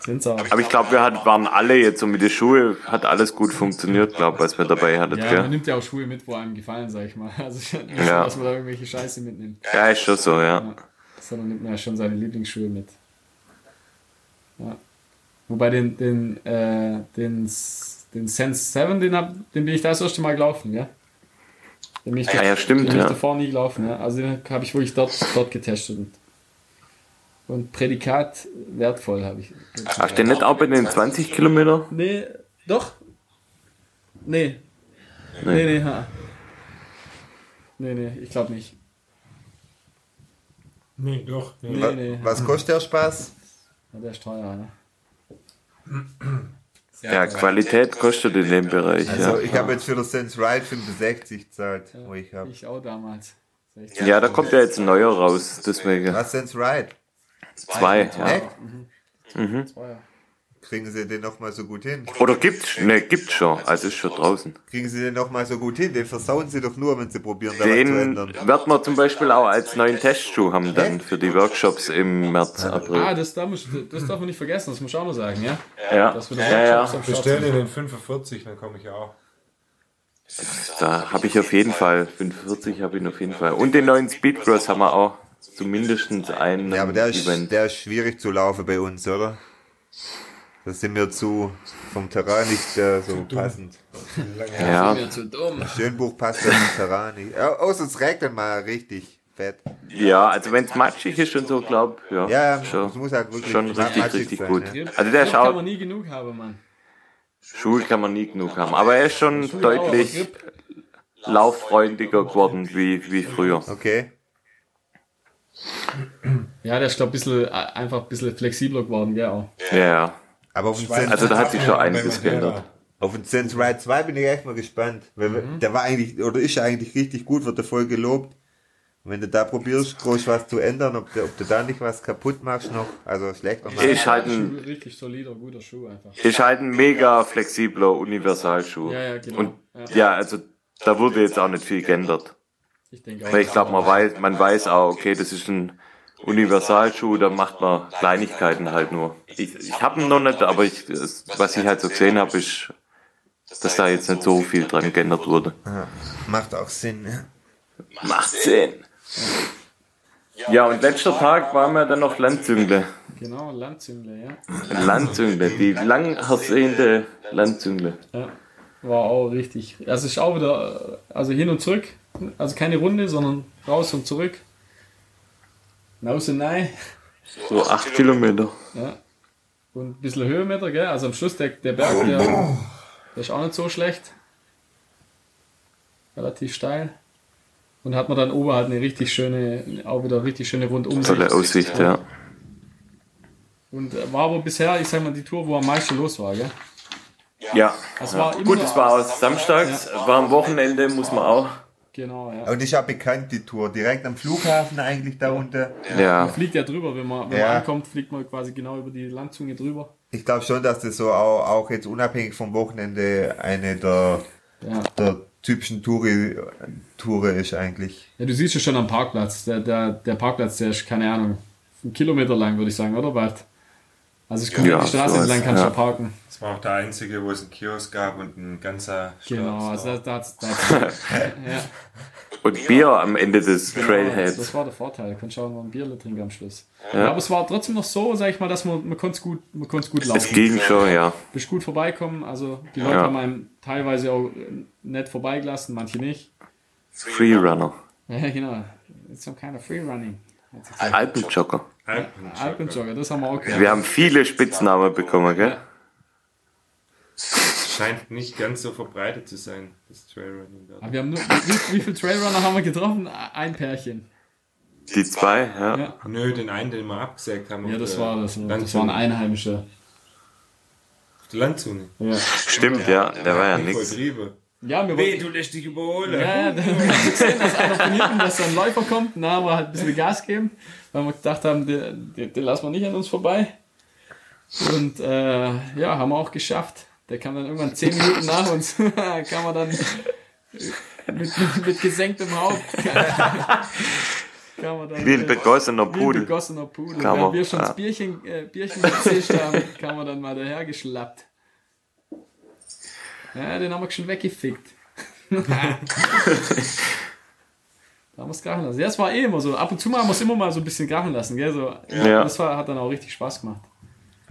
[SPEAKER 1] Sind's auch.
[SPEAKER 5] Aber ich glaube, wir hat, waren alle jetzt so mit den Schuhe, hat alles gut funktioniert, glaube ich, was wir dabei hattet,
[SPEAKER 1] Ja, man
[SPEAKER 5] gell?
[SPEAKER 1] nimmt ja auch Schuhe mit, wo einem gefallen, sag ich mal. Also ist ja nicht so,
[SPEAKER 5] Ja.
[SPEAKER 1] dass man da irgendwelche Scheiße mitnimmt.
[SPEAKER 5] Ja, ist schon so, ja.
[SPEAKER 1] Ja. Sondern nimmt man ja schon seine Lieblingsschuhe mit. Ja. Wobei den, den, äh, den, S- den Sense 7, den, hab, den bin ich da das erste Mal gelaufen, ja? Den bin ich,
[SPEAKER 5] Ah, Ja, ja, stimmt,
[SPEAKER 1] den bin ich
[SPEAKER 5] ja.
[SPEAKER 1] davor nie gelaufen, ja. Also den habe ich wirklich dort, dort getestet. Und, und Prädikat wertvoll habe ich.
[SPEAKER 5] Hast du den nicht auch bei den 20 Kilometer?
[SPEAKER 1] Nee, doch? Nee. Nee,
[SPEAKER 5] Nee.
[SPEAKER 1] nee, ha. Nee, nee, ich glaube nicht.
[SPEAKER 7] Nee, doch. Nee.
[SPEAKER 1] Nee,
[SPEAKER 4] Wa-
[SPEAKER 1] nee.
[SPEAKER 4] Was kostet der Spaß?
[SPEAKER 1] Ja, der ist teuer, ne?
[SPEAKER 5] Ja, Qualität kostet in dem Bereich,
[SPEAKER 4] Also
[SPEAKER 5] ja.
[SPEAKER 4] ich habe jetzt für das Sense Ride 65 gezahlt,
[SPEAKER 5] Oh,
[SPEAKER 4] wo ich habe.
[SPEAKER 1] Ich auch damals. Sechzehn.
[SPEAKER 5] Ja, da kommt ja jetzt ein neuer raus, deswegen.
[SPEAKER 4] Was Sense Ride?
[SPEAKER 5] Zwei, ja.
[SPEAKER 4] Echt?
[SPEAKER 5] Hm?
[SPEAKER 1] Teuer.
[SPEAKER 4] Kriegen sie den nochmal so gut hin?
[SPEAKER 5] Oder gibt's? Ne, gibt's schon. Also ist schon draußen.
[SPEAKER 4] Kriegen sie den nochmal so gut hin? Den versauen sie doch nur, wenn sie probieren, da was zu
[SPEAKER 5] Den
[SPEAKER 4] ändern.
[SPEAKER 5] wird man zum Beispiel auch als neuen Testschuh haben dann für die Workshops im März,
[SPEAKER 1] Ah,
[SPEAKER 5] April.
[SPEAKER 1] das, da muss, das darf man nicht vergessen, das muss ich auch mal sagen, ja?
[SPEAKER 5] Ja,
[SPEAKER 1] Dass wir da
[SPEAKER 5] ja,
[SPEAKER 1] Workshops
[SPEAKER 5] ja.
[SPEAKER 1] am Start
[SPEAKER 7] Bestell dir
[SPEAKER 1] sind.
[SPEAKER 7] den 45, dann komme ich ja auch.
[SPEAKER 5] Da habe ich auf jeden Fall, 45 habe ich auf jeden Fall. Und den neuen Speedcross haben wir auch. Zumindest einen
[SPEAKER 4] Ja, aber der ist,
[SPEAKER 5] Event.
[SPEAKER 4] der ist schwierig zu laufen bei uns, oder? Das sind wir zu vom Terrain nicht äh, so passend.
[SPEAKER 5] Ja,
[SPEAKER 1] Mir zu dumm.
[SPEAKER 4] Schönbuch passt ja zum Terrain nicht. Ja, außer es regnet dann mal richtig fett.
[SPEAKER 5] ja also wenn es matschig ist und so, glaub ja.
[SPEAKER 4] Ja, ja,
[SPEAKER 5] schon,
[SPEAKER 4] es muss halt wirklich
[SPEAKER 5] schon
[SPEAKER 4] matschig
[SPEAKER 5] richtig, richtig
[SPEAKER 4] sein,
[SPEAKER 5] gut.
[SPEAKER 4] ja.
[SPEAKER 5] Also der
[SPEAKER 1] Grip
[SPEAKER 5] schaut,
[SPEAKER 1] kann man nie genug haben, Mann.
[SPEAKER 5] Schuhe kann man nie genug haben. Aber er ist schon deutlich
[SPEAKER 1] Grip,
[SPEAKER 5] lauffreundlicher geworden wie, wie früher.
[SPEAKER 4] Okay.
[SPEAKER 1] Ja, der ist, glaube ich, einfach ein bisschen flexibler geworden, gell, auch.
[SPEAKER 5] Ja, ja.
[SPEAKER 4] Aber auf den, Sense,
[SPEAKER 5] Also da hat sich schon einiges
[SPEAKER 7] Wenn man
[SPEAKER 5] geändert.
[SPEAKER 4] auf den Sense Ride 2 bin ich echt mal gespannt. Weil wir-
[SPEAKER 5] Mhm.
[SPEAKER 4] Der war eigentlich, oder ist eigentlich richtig gut, wird er voll gelobt. Und wenn du da probierst, groß was zu ändern, ob du, ob du da nicht was kaputt machst noch, also schlechter machst.
[SPEAKER 5] Ist halt ein
[SPEAKER 1] Schuh, richtig solider, guter Schuh einfach.
[SPEAKER 5] Ist halt ein mega flexibler Universalschuh.
[SPEAKER 1] Ja, ja, genau.
[SPEAKER 5] Hm. Und
[SPEAKER 1] Ja.
[SPEAKER 5] ja, also da wurde jetzt auch nicht viel geändert.
[SPEAKER 1] Ich denke auch.
[SPEAKER 5] Weil ich glaube, man weiß, man weiß auch, okay, das ist ein Universalschuh, da macht man Kleinigkeiten halt nur. Ich, ich habe ihn noch nicht, aber ich, es- was ich halt so gesehen habe, ist, dass da jetzt nicht so viel dran geändert wurde.
[SPEAKER 4] Macht auch Sinn. ja.
[SPEAKER 5] Macht Sinn. Ja, und letzter Tag waren wir dann noch Landzüngle.
[SPEAKER 1] Genau, Landzüngler, ja.
[SPEAKER 5] Landzüngle, die lang ersehnte Landzüngle.
[SPEAKER 1] Ja, war auch richtig. Also ist auch wieder, äh, also hin und zurück, also keine Runde, sondern raus und zurück. Raus und nein.
[SPEAKER 5] So acht Kilometer.
[SPEAKER 1] Ja. Und ein bisschen Höhenmeter, gell? Also am Schluss der, der Berg, der, der ist auch nicht so schlecht. Relativ steil. Und hat man dann oben halt eine richtig schöne, auch wieder richtig schöne Rundumsicht.
[SPEAKER 5] Tolle Aussicht, ja.
[SPEAKER 1] Und äh, war aber bisher, ich sag mal, die Tour, wo am meisten los war, gell?
[SPEAKER 5] Ja.
[SPEAKER 1] Das war immer
[SPEAKER 5] Gut,
[SPEAKER 1] so
[SPEAKER 5] es war aus samstags, war am Wochenende, muss man auch.
[SPEAKER 1] Genau, ja.
[SPEAKER 4] Und ist ja bekannt, die Tour. Direkt am Flughafen eigentlich da unten.
[SPEAKER 5] Ja,
[SPEAKER 1] Fliegt ja drüber, wenn man, wenn
[SPEAKER 4] Ja.
[SPEAKER 1] man ankommt, fliegt man quasi genau über die Landzunge drüber.
[SPEAKER 4] Ich glaube schon, dass das so auch, auch jetzt unabhängig vom Wochenende eine der,
[SPEAKER 1] Ja.
[SPEAKER 4] der typischen Touri, Toure ist eigentlich.
[SPEAKER 1] Ja, du siehst es schon am Parkplatz. Der, der, der Parkplatz, der ist, keine Ahnung, einen Kilometer lang, würde ich sagen, oder? Bald. Also es kommt ja,
[SPEAKER 5] Ja,
[SPEAKER 1] die Straße
[SPEAKER 5] sowas,
[SPEAKER 1] entlang, kannst du
[SPEAKER 5] ja.
[SPEAKER 1] ja. parken.
[SPEAKER 7] Das war auch der einzige, wo es einen Kiosk gab und ein ganzer
[SPEAKER 1] Genau,
[SPEAKER 7] Store-
[SPEAKER 1] also
[SPEAKER 7] Store.
[SPEAKER 1] das, das, das, ja,
[SPEAKER 5] Und Bier am Ende des
[SPEAKER 1] das, das
[SPEAKER 5] Trailheads.
[SPEAKER 1] war der Vorteil. Du konntest auch noch ein Bier trinken am Schluss.
[SPEAKER 5] Ja.
[SPEAKER 1] Aber es war trotzdem noch so, sag ich mal, dass man, man konnte es gut, man konnt's gut
[SPEAKER 5] Es
[SPEAKER 1] laufen.
[SPEAKER 5] ging schon, ja.
[SPEAKER 1] Bist gut vorbeikommen. Also die Leute
[SPEAKER 5] Ja.
[SPEAKER 1] haben einem teilweise auch äh, nett vorbeigelassen, manche nicht.
[SPEAKER 5] Freerunner.
[SPEAKER 1] Ja, genau. It's some kind of free running.
[SPEAKER 5] Alpenjogger.
[SPEAKER 1] Alpenjogger, das haben wir auch gehört.
[SPEAKER 5] Wir haben viele Spitznamen bekommen, gell?
[SPEAKER 7] Scheint nicht ganz so verbreitet zu sein, das Trailrunning dort.
[SPEAKER 1] Aber wir haben nur, wie, wie viele Trailrunner haben wir getroffen? Ein Pärchen.
[SPEAKER 5] Die zwei, ja.
[SPEAKER 1] Ja,
[SPEAKER 7] Nö, den einen, den wir abgesägt haben. äh,
[SPEAKER 1] ja
[SPEAKER 7] auf
[SPEAKER 1] das
[SPEAKER 7] der
[SPEAKER 1] war
[SPEAKER 3] äh,
[SPEAKER 1] das. ne? Das
[SPEAKER 7] Landzunge.
[SPEAKER 1] waren Einheimische.
[SPEAKER 7] Auf der Landzunge.
[SPEAKER 1] Ja,
[SPEAKER 5] Stimmt, ja. Der war ja nix.
[SPEAKER 7] Volltriebe.
[SPEAKER 1] ja wir wollten.
[SPEAKER 7] lässt dich überholen.
[SPEAKER 1] Ja, da haben wir gesehen, dass einer von hinten, dass da ein Läufer kommt. Und da haben wir halt ein bisschen Gas gegeben, weil wir gedacht haben, den, den, den lassen wir nicht an uns vorbei. Und äh, ja, haben wir auch geschafft. Der kam dann irgendwann 10 Minuten nach uns. kam er dann mit, mit gesenktem Haupt. kam er dann,
[SPEAKER 5] Wie ein
[SPEAKER 1] äh, wie
[SPEAKER 5] begossener
[SPEAKER 1] ein
[SPEAKER 5] Pudel.
[SPEAKER 1] begossener Pudel.
[SPEAKER 5] Kam
[SPEAKER 1] Während
[SPEAKER 5] er,
[SPEAKER 1] wir schon das
[SPEAKER 5] ja.
[SPEAKER 1] Bierchen, äh, Bierchen gezischt haben, kam er dann mal daher geschlappt. Ja, den haben wir schon weggefickt. da haben wir es krachen lassen. Ja, es war eh immer so. Ab und zu mal haben wir es immer mal so ein bisschen krachen lassen. Gell? So,
[SPEAKER 5] Ja.
[SPEAKER 1] Das war, hat dann auch richtig Spaß gemacht.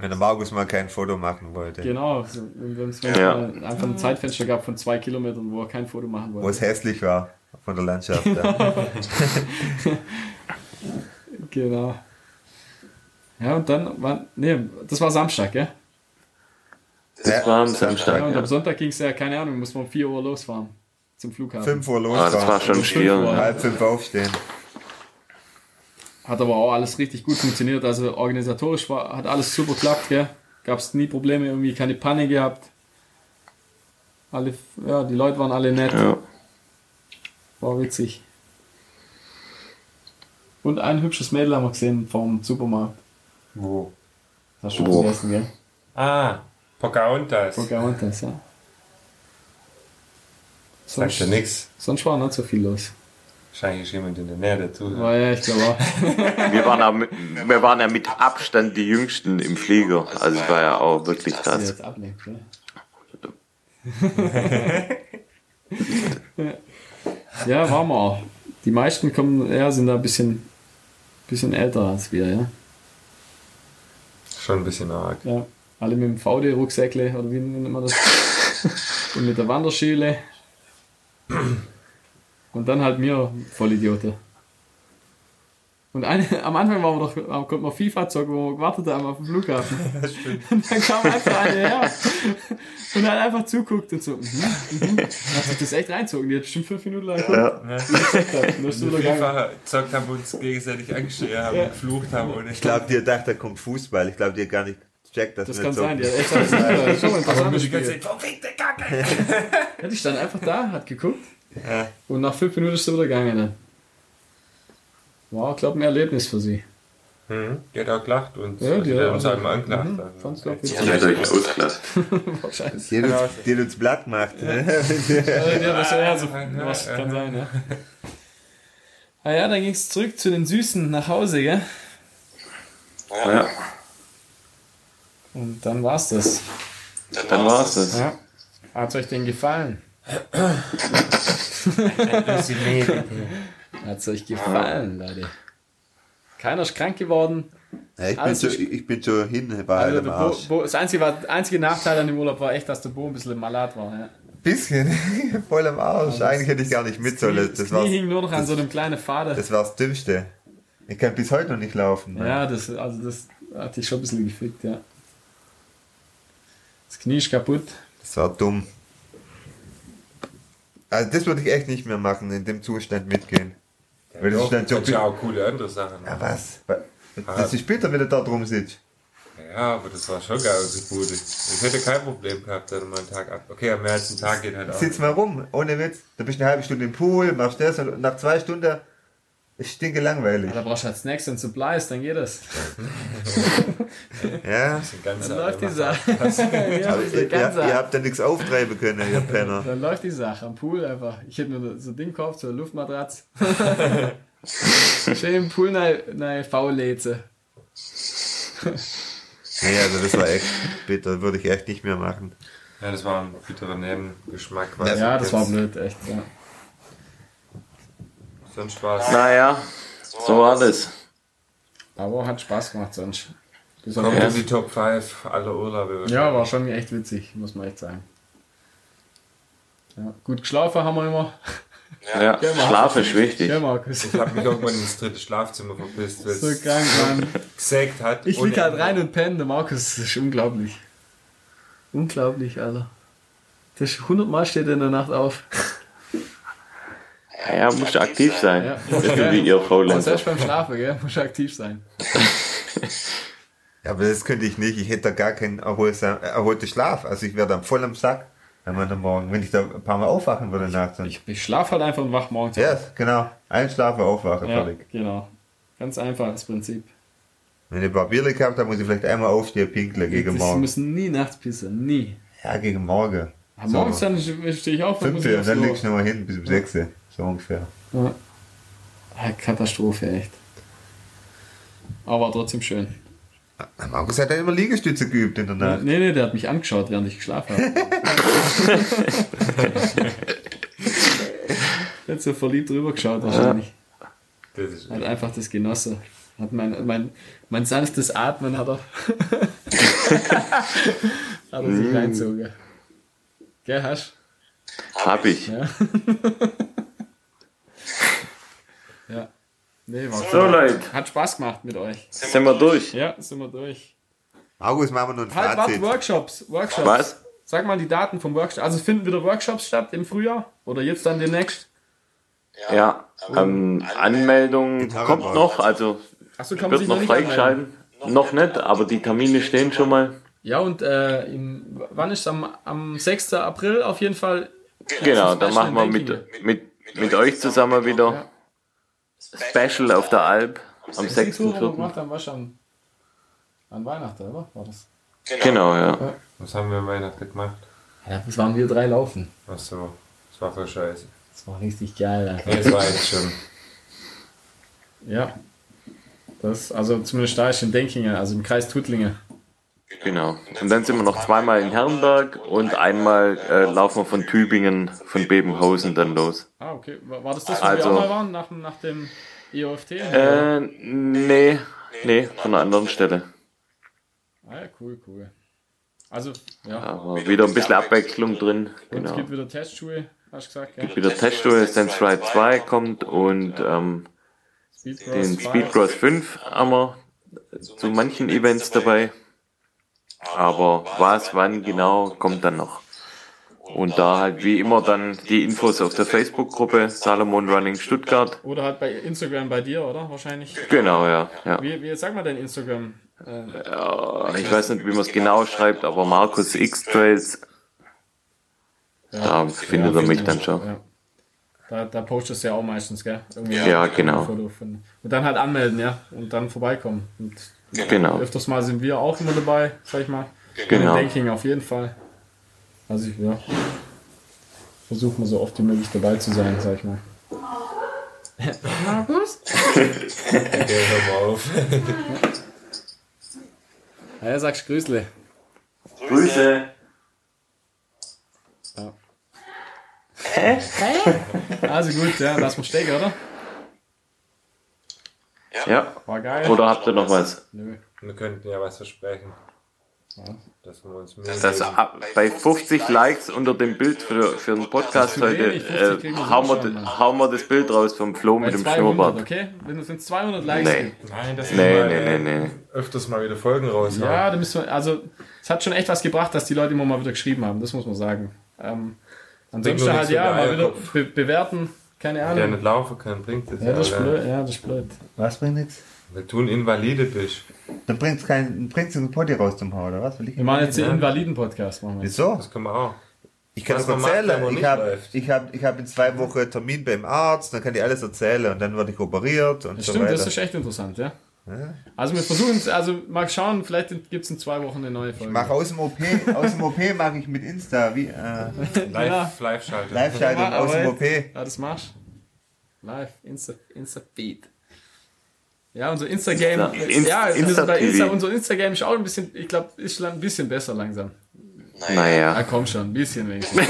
[SPEAKER 4] Wenn der Markus mal kein Foto machen wollte.
[SPEAKER 1] Genau. So, wenn es
[SPEAKER 5] Ja.
[SPEAKER 1] einfach ein Zeitfenster gab von zwei Kilometern, wo er kein Foto machen
[SPEAKER 4] Wo
[SPEAKER 1] wollte.
[SPEAKER 4] es hässlich war von der Landschaft. Ja.
[SPEAKER 1] Genau. Ja, und dann, war, nee, das war Samstag, gell?
[SPEAKER 5] Das war am Samstag,
[SPEAKER 1] Ja, und
[SPEAKER 5] ja.
[SPEAKER 1] am Sonntag ging es ja, keine Ahnung, muss man um 4 Uhr losfahren zum Flughafen.
[SPEAKER 4] 5 Uhr los.
[SPEAKER 5] Ah, das war schon schwierig. Ja.
[SPEAKER 4] Halb fünf aufstehen.
[SPEAKER 1] Hat aber auch alles richtig gut funktioniert. Also organisatorisch war, hat alles super geklappt, gell? Gab es nie Probleme, irgendwie keine Panne gehabt. Alle, ja, die Leute waren alle nett.
[SPEAKER 5] ja.
[SPEAKER 1] War witzig. Und ein hübsches Mädel haben wir gesehen vom Supermarkt.
[SPEAKER 7] Wo?
[SPEAKER 1] Das hast du
[SPEAKER 5] Wo?
[SPEAKER 1] gegessen, gell?
[SPEAKER 7] Ah, Pocahontas.
[SPEAKER 1] Pocahontas, ja.
[SPEAKER 7] Sagt
[SPEAKER 1] Sonst,
[SPEAKER 7] ja nix.
[SPEAKER 1] sonst war nicht so viel los.
[SPEAKER 7] Wahrscheinlich ist jemand in der Nähe dazu.
[SPEAKER 1] Aber ja, ich glaube auch.
[SPEAKER 5] Wir waren, ja mit, wir waren ja mit Abstand die Jüngsten im Flieger. Also es war ja auch wirklich krass.
[SPEAKER 1] jetzt ablenkt, gell? ja, waren wir auch. Die meisten kommen, ja, sind da ein bisschen, bisschen älter als wir, ja.
[SPEAKER 7] Schon ein bisschen arg.
[SPEAKER 1] ja. Alle mit dem VD-Rucksäckle oder wie nennt man das? Und mit der Wanderschule. Und dann halt mir, Vollidiote. Und eine, am Anfang waren wir doch, äh, konnten wir FIFA zocken, wo wir gewartet haben auf dem Flughafen. Und dann kam einfach eine her und hat einfach zuguckt und so. Mhm, mhm. Hat sich das echt reinzogen. Die hat bestimmt fünf Minuten lang geguckt. Und das ist so gegangen.
[SPEAKER 7] Vielfach gezockt haben, wir uns gegenseitig angeschrien haben, geflucht haben. Ohne
[SPEAKER 4] Ich glaube, dir dachte, da kommt Fußball. Ich glaube, dir gar nicht checkt, dass
[SPEAKER 1] Das
[SPEAKER 4] wir
[SPEAKER 1] kann
[SPEAKER 4] so-
[SPEAKER 1] sein, die hat echt alles Das ist schon ein interessantes
[SPEAKER 7] die ganze
[SPEAKER 1] Spiel.
[SPEAKER 7] Zeit, verfickte Kacke!
[SPEAKER 1] Ja, die stand einfach da, hat geguckt. Und nach fünf Minuten ist sie wieder gegangen. Dann. War, glaube ein Erlebnis für sie.
[SPEAKER 7] Mhm. Die hat auch gelacht und
[SPEAKER 1] Ja, die
[SPEAKER 7] die hat
[SPEAKER 1] hat
[SPEAKER 7] uns
[SPEAKER 1] auch- Mhm.
[SPEAKER 7] einmal angelacht. Also,
[SPEAKER 1] Sonst glaube ich,
[SPEAKER 5] Ich
[SPEAKER 1] ja,
[SPEAKER 5] hätte euch ausgelacht.
[SPEAKER 1] wahrscheinlich.
[SPEAKER 4] Die hat uns, die hat uns blatt gemacht. Ne?
[SPEAKER 1] Ja, das ja, so, was kann sein, ja. Ah ja, dann ging es zurück zu den Süßen nach Hause, gell?
[SPEAKER 5] Ja,
[SPEAKER 1] Und dann war's das.
[SPEAKER 5] dann war's das.
[SPEAKER 1] Ja. Hat's euch denn gefallen? Hat's euch gefallen, Leute? Keiner ist krank geworden.
[SPEAKER 4] Ja, ich, bin
[SPEAKER 1] Also
[SPEAKER 4] schon,
[SPEAKER 1] ich-
[SPEAKER 4] ich bin schon hin bei
[SPEAKER 1] Also
[SPEAKER 4] allem
[SPEAKER 1] der Bo,
[SPEAKER 4] Arsch.
[SPEAKER 1] Bo, das einzige, war, einzige Nachteil an dem Urlaub war echt, dass der Bo ein bisschen malat war. Ja.
[SPEAKER 4] Bisschen, voll am Arsch. Eigentlich hätte ich gar nicht mit sollen.
[SPEAKER 1] Das
[SPEAKER 4] Das
[SPEAKER 1] Knie
[SPEAKER 4] war's,
[SPEAKER 1] hing nur noch an so einem kleinen Faden.
[SPEAKER 4] das war's Dümmste. Ich kann bis heute noch nicht laufen. ne?
[SPEAKER 1] ja, das, also das hat dich schon ein bisschen gefickt, ja. Das Knie ist kaputt.
[SPEAKER 4] Das war dumm. Also das würde ich echt nicht mehr machen, in dem Zustand mitgehen. Weil das ist dann so...
[SPEAKER 7] Das sind ja auch coole andere Sachen.
[SPEAKER 3] Ah,
[SPEAKER 4] Ja, was? Das ist bitter, wenn du da drum sitzt.
[SPEAKER 7] Ja, aber das war schon geil, so gut. Ich hätte kein Problem gehabt, dann mal einen Tag ab. Okay, aber mehr als einen Tag geht halt auch.
[SPEAKER 4] Sitz mal rum, ohne Witz. Du bist eine halbe Stunde im Pool, machst das und nach zwei Stunden ist stinke langweilig.
[SPEAKER 1] Ja, da brauchst du halt Snacks und Supplies, dann geht das.
[SPEAKER 4] Ja,
[SPEAKER 7] Ein ganzer
[SPEAKER 1] Dann läuft die
[SPEAKER 7] Abend.
[SPEAKER 1] Sache. ja,
[SPEAKER 4] aber
[SPEAKER 1] das ist
[SPEAKER 4] also ihr,
[SPEAKER 1] der
[SPEAKER 4] ihr, ihr
[SPEAKER 1] ganze
[SPEAKER 4] habt ja nichts auftreiben können, ihr Penner.
[SPEAKER 1] dann läuft die Sache am Pool einfach. Ich hätte mir so ein Ding gekauft, so eine Luftmatratz. Schön im Pool eine, eine V-Leze.
[SPEAKER 4] Nee, also das war echt bitter, würde ich echt nicht mehr machen.
[SPEAKER 7] Ja, das war ein bitterer Nebengeschmack. Was
[SPEAKER 1] Ja, das war blöd, echt. Ja.
[SPEAKER 7] so ein Spaß.
[SPEAKER 5] Naja, so war das.
[SPEAKER 1] Aber hat Spaß gemacht sonst. Das hat
[SPEAKER 7] Kommt
[SPEAKER 1] echt-
[SPEAKER 7] in die Top 5 aller Urlaube.
[SPEAKER 1] ja, war schon echt witzig, muss man echt sagen. Ja, gut geschlafen haben wir immer.
[SPEAKER 5] Ja, Schlaf ist wichtig.
[SPEAKER 1] Ja, Markus.
[SPEAKER 7] Ich habe mich irgendwann ins dritte Schlafzimmer verpisst, weil
[SPEAKER 1] So
[SPEAKER 7] es
[SPEAKER 1] krank, Mann.
[SPEAKER 7] gesägt hat.
[SPEAKER 1] Ich
[SPEAKER 7] ohne
[SPEAKER 1] lieg halt
[SPEAKER 7] Ende.
[SPEAKER 1] rein und penne, der Markus. Das ist unglaublich. Unglaublich, Alter. Das ist 100 Mal steht er in der Nacht auf.
[SPEAKER 5] Ja, ja, musst du aktiv sein.
[SPEAKER 1] Ja.
[SPEAKER 5] Das ist wie ihr
[SPEAKER 1] Und
[SPEAKER 5] Faulenzer.
[SPEAKER 1] selbst beim Schlafen, gell? Muss aktiv sein.
[SPEAKER 4] Ja, aber das könnte ich nicht. Ich hätte da gar keinen erholsam, erholten Schlaf. Also ich wäre dann voll am Sack am anderen Morgen, wenn ich da ein paar Mal aufwachen würde nachts.
[SPEAKER 1] Ich, ich schlafe halt einfach und wach morgens
[SPEAKER 4] Ja, genau. Einschlafen, aufwachen,
[SPEAKER 1] Ja,
[SPEAKER 4] fertig.
[SPEAKER 1] genau. Ganz einfaches Prinzip.
[SPEAKER 4] Wenn ihr ein paar Biere gehabt habt, muss ich vielleicht einmal aufstehen, pinkeln gegen
[SPEAKER 1] Sie
[SPEAKER 4] morgen.
[SPEAKER 1] müssen nie nachts pissen, nie.
[SPEAKER 4] Ja, gegen morgen.
[SPEAKER 1] Aber morgens dann stehe ich auf, dann muss
[SPEAKER 4] Fünfte
[SPEAKER 1] ich
[SPEAKER 4] und
[SPEAKER 1] aufs
[SPEAKER 4] dann
[SPEAKER 1] Klo.
[SPEAKER 4] legst du nochmal hin bis um sechste. So ungefähr.
[SPEAKER 1] Ja. Ah, Katastrophe, echt. Aber war trotzdem schön.
[SPEAKER 4] Na, Markus hat ja immer Liegestütze geübt in der Nacht.
[SPEAKER 1] Äh, Nee, nee, der hat mich angeschaut, während ich geschlafen habe. Der hat so verliebt drüber geschaut wahrscheinlich.
[SPEAKER 7] Das ist
[SPEAKER 1] Hat einfach das genossen. Hat mein, mein, mein sanftes Atmen hat er. hat er
[SPEAKER 5] Mm.
[SPEAKER 1] sich reinzogen. Gell, Hasch?
[SPEAKER 5] Hab ich.
[SPEAKER 1] Ja. ja. Nee, war
[SPEAKER 5] So, Leute,
[SPEAKER 1] Hat Spaß gemacht mit euch.
[SPEAKER 5] sind wir durch.
[SPEAKER 1] Ja, sind wir durch.
[SPEAKER 4] Markus, machen wir nur ein
[SPEAKER 1] Halt, warte,
[SPEAKER 4] Fazit.
[SPEAKER 1] Workshops. Workshops.
[SPEAKER 5] Was?
[SPEAKER 1] Sag mal die Daten vom Workshop. Also finden wieder Workshops statt im Frühjahr oder jetzt dann demnächst?
[SPEAKER 5] Ja, ähm, Anmeldung kommt noch, also
[SPEAKER 1] Achso, kann man
[SPEAKER 5] wird
[SPEAKER 1] sich
[SPEAKER 5] noch
[SPEAKER 1] noch nicht anmelden.
[SPEAKER 5] freigeschalten. Noch nicht, aber die Termine stehen schon mal.
[SPEAKER 1] Ja, und äh, im, wann ist am, am 6. April auf jeden Fall?
[SPEAKER 5] Genau, dann
[SPEAKER 1] Special
[SPEAKER 5] machen wir
[SPEAKER 1] in
[SPEAKER 5] mit, mit, mit euch zusammen wieder Special auf der Alb am
[SPEAKER 1] Die Tour, wo wir
[SPEAKER 5] 6.4.
[SPEAKER 1] gemacht haben, war schon an Weihnachten, oder? War das?
[SPEAKER 5] Genau, ja.
[SPEAKER 7] Was haben wir Weihnachten gemacht?
[SPEAKER 1] Ja, das waren wir drei laufen.
[SPEAKER 7] Achso, das war voll scheiße.
[SPEAKER 1] Das war richtig geil. Alter.
[SPEAKER 7] Nee, das war jetzt schon.
[SPEAKER 1] Ja. Das, also zumindest da ist in Denkingen, also im Kreis Tuttlingen.
[SPEAKER 5] Genau. Und dann sind wir noch zweimal in Herrenberg und einmal äh, laufen wir von Tübingen, von Bebenhausen dann los.
[SPEAKER 1] Ah, okay. War war das das, wo
[SPEAKER 5] Also-
[SPEAKER 1] wir auch mal waren, nach, dem- nach dem E EOFT?
[SPEAKER 5] Äh, nee, nee, von einer anderen Stelle.
[SPEAKER 1] Ah, ja, cool, cool. Also, ja.
[SPEAKER 5] Aber wieder ein bisschen Abwechslung drin.
[SPEAKER 1] Und es
[SPEAKER 5] Genau.
[SPEAKER 1] gibt wieder Testschuhe, hast du gesagt, gell?
[SPEAKER 5] Wieder Teststuhl, Sense Ride 2 kommt und ähm,
[SPEAKER 1] Speedcross,
[SPEAKER 5] den
[SPEAKER 1] Bike.
[SPEAKER 5] Speedcross 5 haben wir zu manchen Events dabei. Aber was, wann genau, kommt dann noch. Und da halt wie immer dann die Infos auf der Facebook-Gruppe Salomon Running Stuttgart.
[SPEAKER 1] Oder halt bei Instagram bei dir, oder? Wahrscheinlich.
[SPEAKER 5] Genau, ja. ja.
[SPEAKER 1] Wie, wie sag mal dein Instagram? Äh,
[SPEAKER 5] Äh, Ich weiß nicht, wie man es genau schreibt, aber Markus X Trails, da findet er mich dann schon.
[SPEAKER 1] ja. Da, da postest du ja auch meistens, gell? Irgendwie
[SPEAKER 5] Ja,
[SPEAKER 1] ein
[SPEAKER 5] genau.
[SPEAKER 1] Foto von- Und dann halt anmelden, ja? Und dann vorbeikommen. Und
[SPEAKER 5] Genau,
[SPEAKER 1] öfters mal sind wir auch immer dabei, sag ich mal.
[SPEAKER 5] genau.
[SPEAKER 1] Denking auf jeden Fall. Also ich, ja. Versuchen wir so oft wie möglich dabei zu sein, sag ich mal. Markus?
[SPEAKER 7] Okay, hör mal auf.
[SPEAKER 1] Ah Ja, er sagt Grüßle.
[SPEAKER 5] Grüße.
[SPEAKER 1] Also gut, ja, lass mal stecken, oder?
[SPEAKER 5] Ja.
[SPEAKER 1] War geil.
[SPEAKER 5] Oder habt ihr noch was?
[SPEAKER 1] Nö.
[SPEAKER 7] Wir könnten ja was versprechen. Dass wir uns Mühe
[SPEAKER 5] Das
[SPEAKER 7] geben.
[SPEAKER 5] ab, bei 50 Likes unter dem Bild für, für den Podcast
[SPEAKER 1] Das ist zu
[SPEAKER 5] heute
[SPEAKER 1] wenig, 50
[SPEAKER 5] äh,
[SPEAKER 1] kriegen wir
[SPEAKER 5] hauen,
[SPEAKER 1] so
[SPEAKER 5] wir,
[SPEAKER 1] schon,
[SPEAKER 5] d-
[SPEAKER 1] Mann.
[SPEAKER 5] hauen wir das Bild raus vom Flo
[SPEAKER 1] Bei
[SPEAKER 5] mit dem
[SPEAKER 1] 200,
[SPEAKER 5] Schnurrbart.
[SPEAKER 1] okay? Wenn es jetzt 200 Likes
[SPEAKER 5] Nee,
[SPEAKER 1] gibt.
[SPEAKER 7] Nein, das
[SPEAKER 5] nee,
[SPEAKER 7] mal,
[SPEAKER 5] nee,
[SPEAKER 7] äh,
[SPEAKER 5] nee, nee.
[SPEAKER 7] öfters mal wieder Folgen raushauen.
[SPEAKER 1] Ja, da müssen wir, also es hat schon echt was gebracht, dass die Leute immer mal wieder geschrieben haben, das muss man sagen. Ähm, ansonsten
[SPEAKER 7] nur nicht
[SPEAKER 1] halt
[SPEAKER 7] so
[SPEAKER 1] ja, mal
[SPEAKER 7] geil,
[SPEAKER 1] wieder
[SPEAKER 7] Kopf.
[SPEAKER 1] be bewerten, keine
[SPEAKER 7] Der
[SPEAKER 1] Ahnung.
[SPEAKER 7] nicht laufen kann, bringt das
[SPEAKER 1] Ja, das ist
[SPEAKER 7] oder?
[SPEAKER 1] blöd, ja, das ist blöd.
[SPEAKER 4] Was bringt nichts?
[SPEAKER 7] Weil du ein Invalide bist.
[SPEAKER 4] Dann bringt's keinen, bringt's einen Potti raus zum Hau, oder was? Will ich
[SPEAKER 1] Wir machen jetzt den Invaliden-Podcast, machen wir jetzt.
[SPEAKER 4] Wieso?
[SPEAKER 7] Das können wir auch.
[SPEAKER 4] Ich kann
[SPEAKER 7] Was
[SPEAKER 4] das
[SPEAKER 7] man macht, wenn man
[SPEAKER 4] erzählen.
[SPEAKER 7] nicht
[SPEAKER 4] Ich habe
[SPEAKER 7] läuft.
[SPEAKER 4] ich hab, ich hab in zwei Wochen Termin beim Arzt, dann kann ich alles erzählen und dann werde ich operiert und
[SPEAKER 1] Das
[SPEAKER 4] so
[SPEAKER 1] stimmt,
[SPEAKER 4] weiter.
[SPEAKER 1] das ist echt interessant, ja. Also wir versuchen es, also mal schauen, vielleicht gibt es in zwei Wochen eine neue Folge.
[SPEAKER 4] Mach aus dem OP, aus dem OP mache ich mit Insta, wie äh,
[SPEAKER 1] Ja.
[SPEAKER 7] Live, live schalten.
[SPEAKER 4] Live-Schaltung
[SPEAKER 1] Ja,
[SPEAKER 4] aus dem
[SPEAKER 1] aber
[SPEAKER 4] OP.
[SPEAKER 1] Ja, das machst Live, Insta, Insta Feed. Ja, unser Instagram.
[SPEAKER 5] Insta- Inst-
[SPEAKER 1] ja,
[SPEAKER 5] Insta-
[SPEAKER 1] also bei Insta,
[SPEAKER 5] TV.
[SPEAKER 1] unser Instagram ist auch ein bisschen, ich glaube, ist ein bisschen besser langsam. Ah,
[SPEAKER 5] Naja.
[SPEAKER 1] komm schon, ein bisschen wenigstens.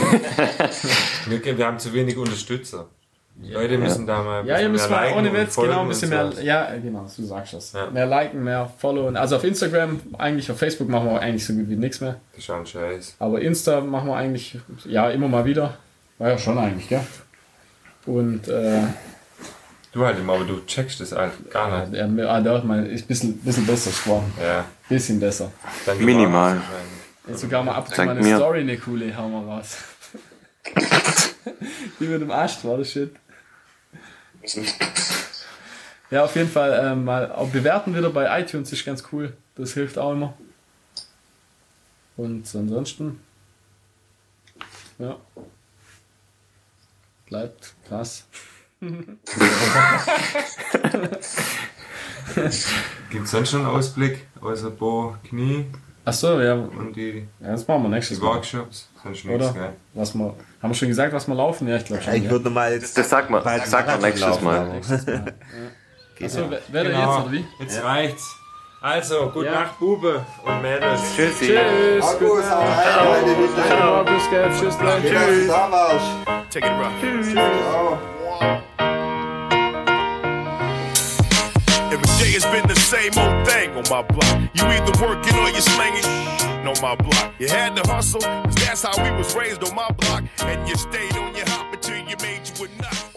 [SPEAKER 3] Wir, wir haben zu wenig Unterstützer. Die Leute müssen da mal ein
[SPEAKER 1] Ja, ihr
[SPEAKER 3] bisschen
[SPEAKER 1] müsst
[SPEAKER 3] mehr
[SPEAKER 1] mal
[SPEAKER 3] liken
[SPEAKER 1] ohne
[SPEAKER 3] und
[SPEAKER 1] Witz
[SPEAKER 3] folgen
[SPEAKER 1] genau ein
[SPEAKER 3] und
[SPEAKER 1] bisschen
[SPEAKER 3] so.
[SPEAKER 1] mehr, ja, genau, du sagst das. Mehr liken, mehr followen. Also auf Instagram, eigentlich auf Facebook machen wir eigentlich so gut wie nichts mehr.
[SPEAKER 3] Das ist ja ein Scheiß.
[SPEAKER 1] Aber Insta machen wir eigentlich, ja, immer mal wieder. War ja schon eigentlich, gell? Und, äh,
[SPEAKER 3] Du halt immer, aber du checkst das halt gar nicht.
[SPEAKER 1] ja, ah, doch, mal, ist ein bisschen, bisschen besser geworden.
[SPEAKER 3] Ja.
[SPEAKER 1] Bisschen besser.
[SPEAKER 3] Dann
[SPEAKER 5] Minimal.
[SPEAKER 3] gebraucht wahrscheinlich.
[SPEAKER 1] Jetzt sogar mal ab und zu
[SPEAKER 5] Dank
[SPEAKER 1] mal eine
[SPEAKER 5] mir.
[SPEAKER 1] Story, eine coole, hau mal raus. Die mit dem Arsch war das Shit. Ja, auf jeden Fall ähm, mal auch bewerten wieder bei iTunes ist ganz cool. Das hilft auch immer. Und ansonsten. Ja. Bleibt krass.
[SPEAKER 3] Gibt's sonst schon einen Ausblick? Außer Bo, Knie
[SPEAKER 1] Achso, ja, ja,
[SPEAKER 3] und die,
[SPEAKER 1] das machen wir nächstes
[SPEAKER 3] die
[SPEAKER 1] Mal.
[SPEAKER 3] Workshops? Sonst nichts, ne?
[SPEAKER 1] Oder?
[SPEAKER 3] gell?
[SPEAKER 1] Was wir, haben wir schon gesagt, was wir laufen? Ja, ich glaube schon.
[SPEAKER 4] Ich
[SPEAKER 1] Ja.
[SPEAKER 4] würde nochmal jetzt.
[SPEAKER 5] Das sagt man,
[SPEAKER 4] bald
[SPEAKER 5] sagt man
[SPEAKER 4] Marathon
[SPEAKER 5] nächstes
[SPEAKER 4] laufen,
[SPEAKER 5] Mal.
[SPEAKER 4] aber-
[SPEAKER 1] Achso, wer, wer denn jetzt
[SPEAKER 3] Genau.
[SPEAKER 1] oder wie?
[SPEAKER 3] Jetzt reicht's. Also, gute
[SPEAKER 1] Ja.
[SPEAKER 3] Nacht, Bube und Mädels.
[SPEAKER 5] Tschüssi.
[SPEAKER 1] Tschüss.
[SPEAKER 4] Markus, hau rein, meine Güte.
[SPEAKER 1] Ciao. Bis gleich. Tschüss. Leute.
[SPEAKER 4] Schön, dass du da warst.
[SPEAKER 8] Take it rough.
[SPEAKER 4] Ciao.
[SPEAKER 8] Every day it's been the same old thing on my block. You either working or you slinging on my block. You had to hustle, 'cause that's how we was raised on my block. And you stayed on your hop until you made you a nut.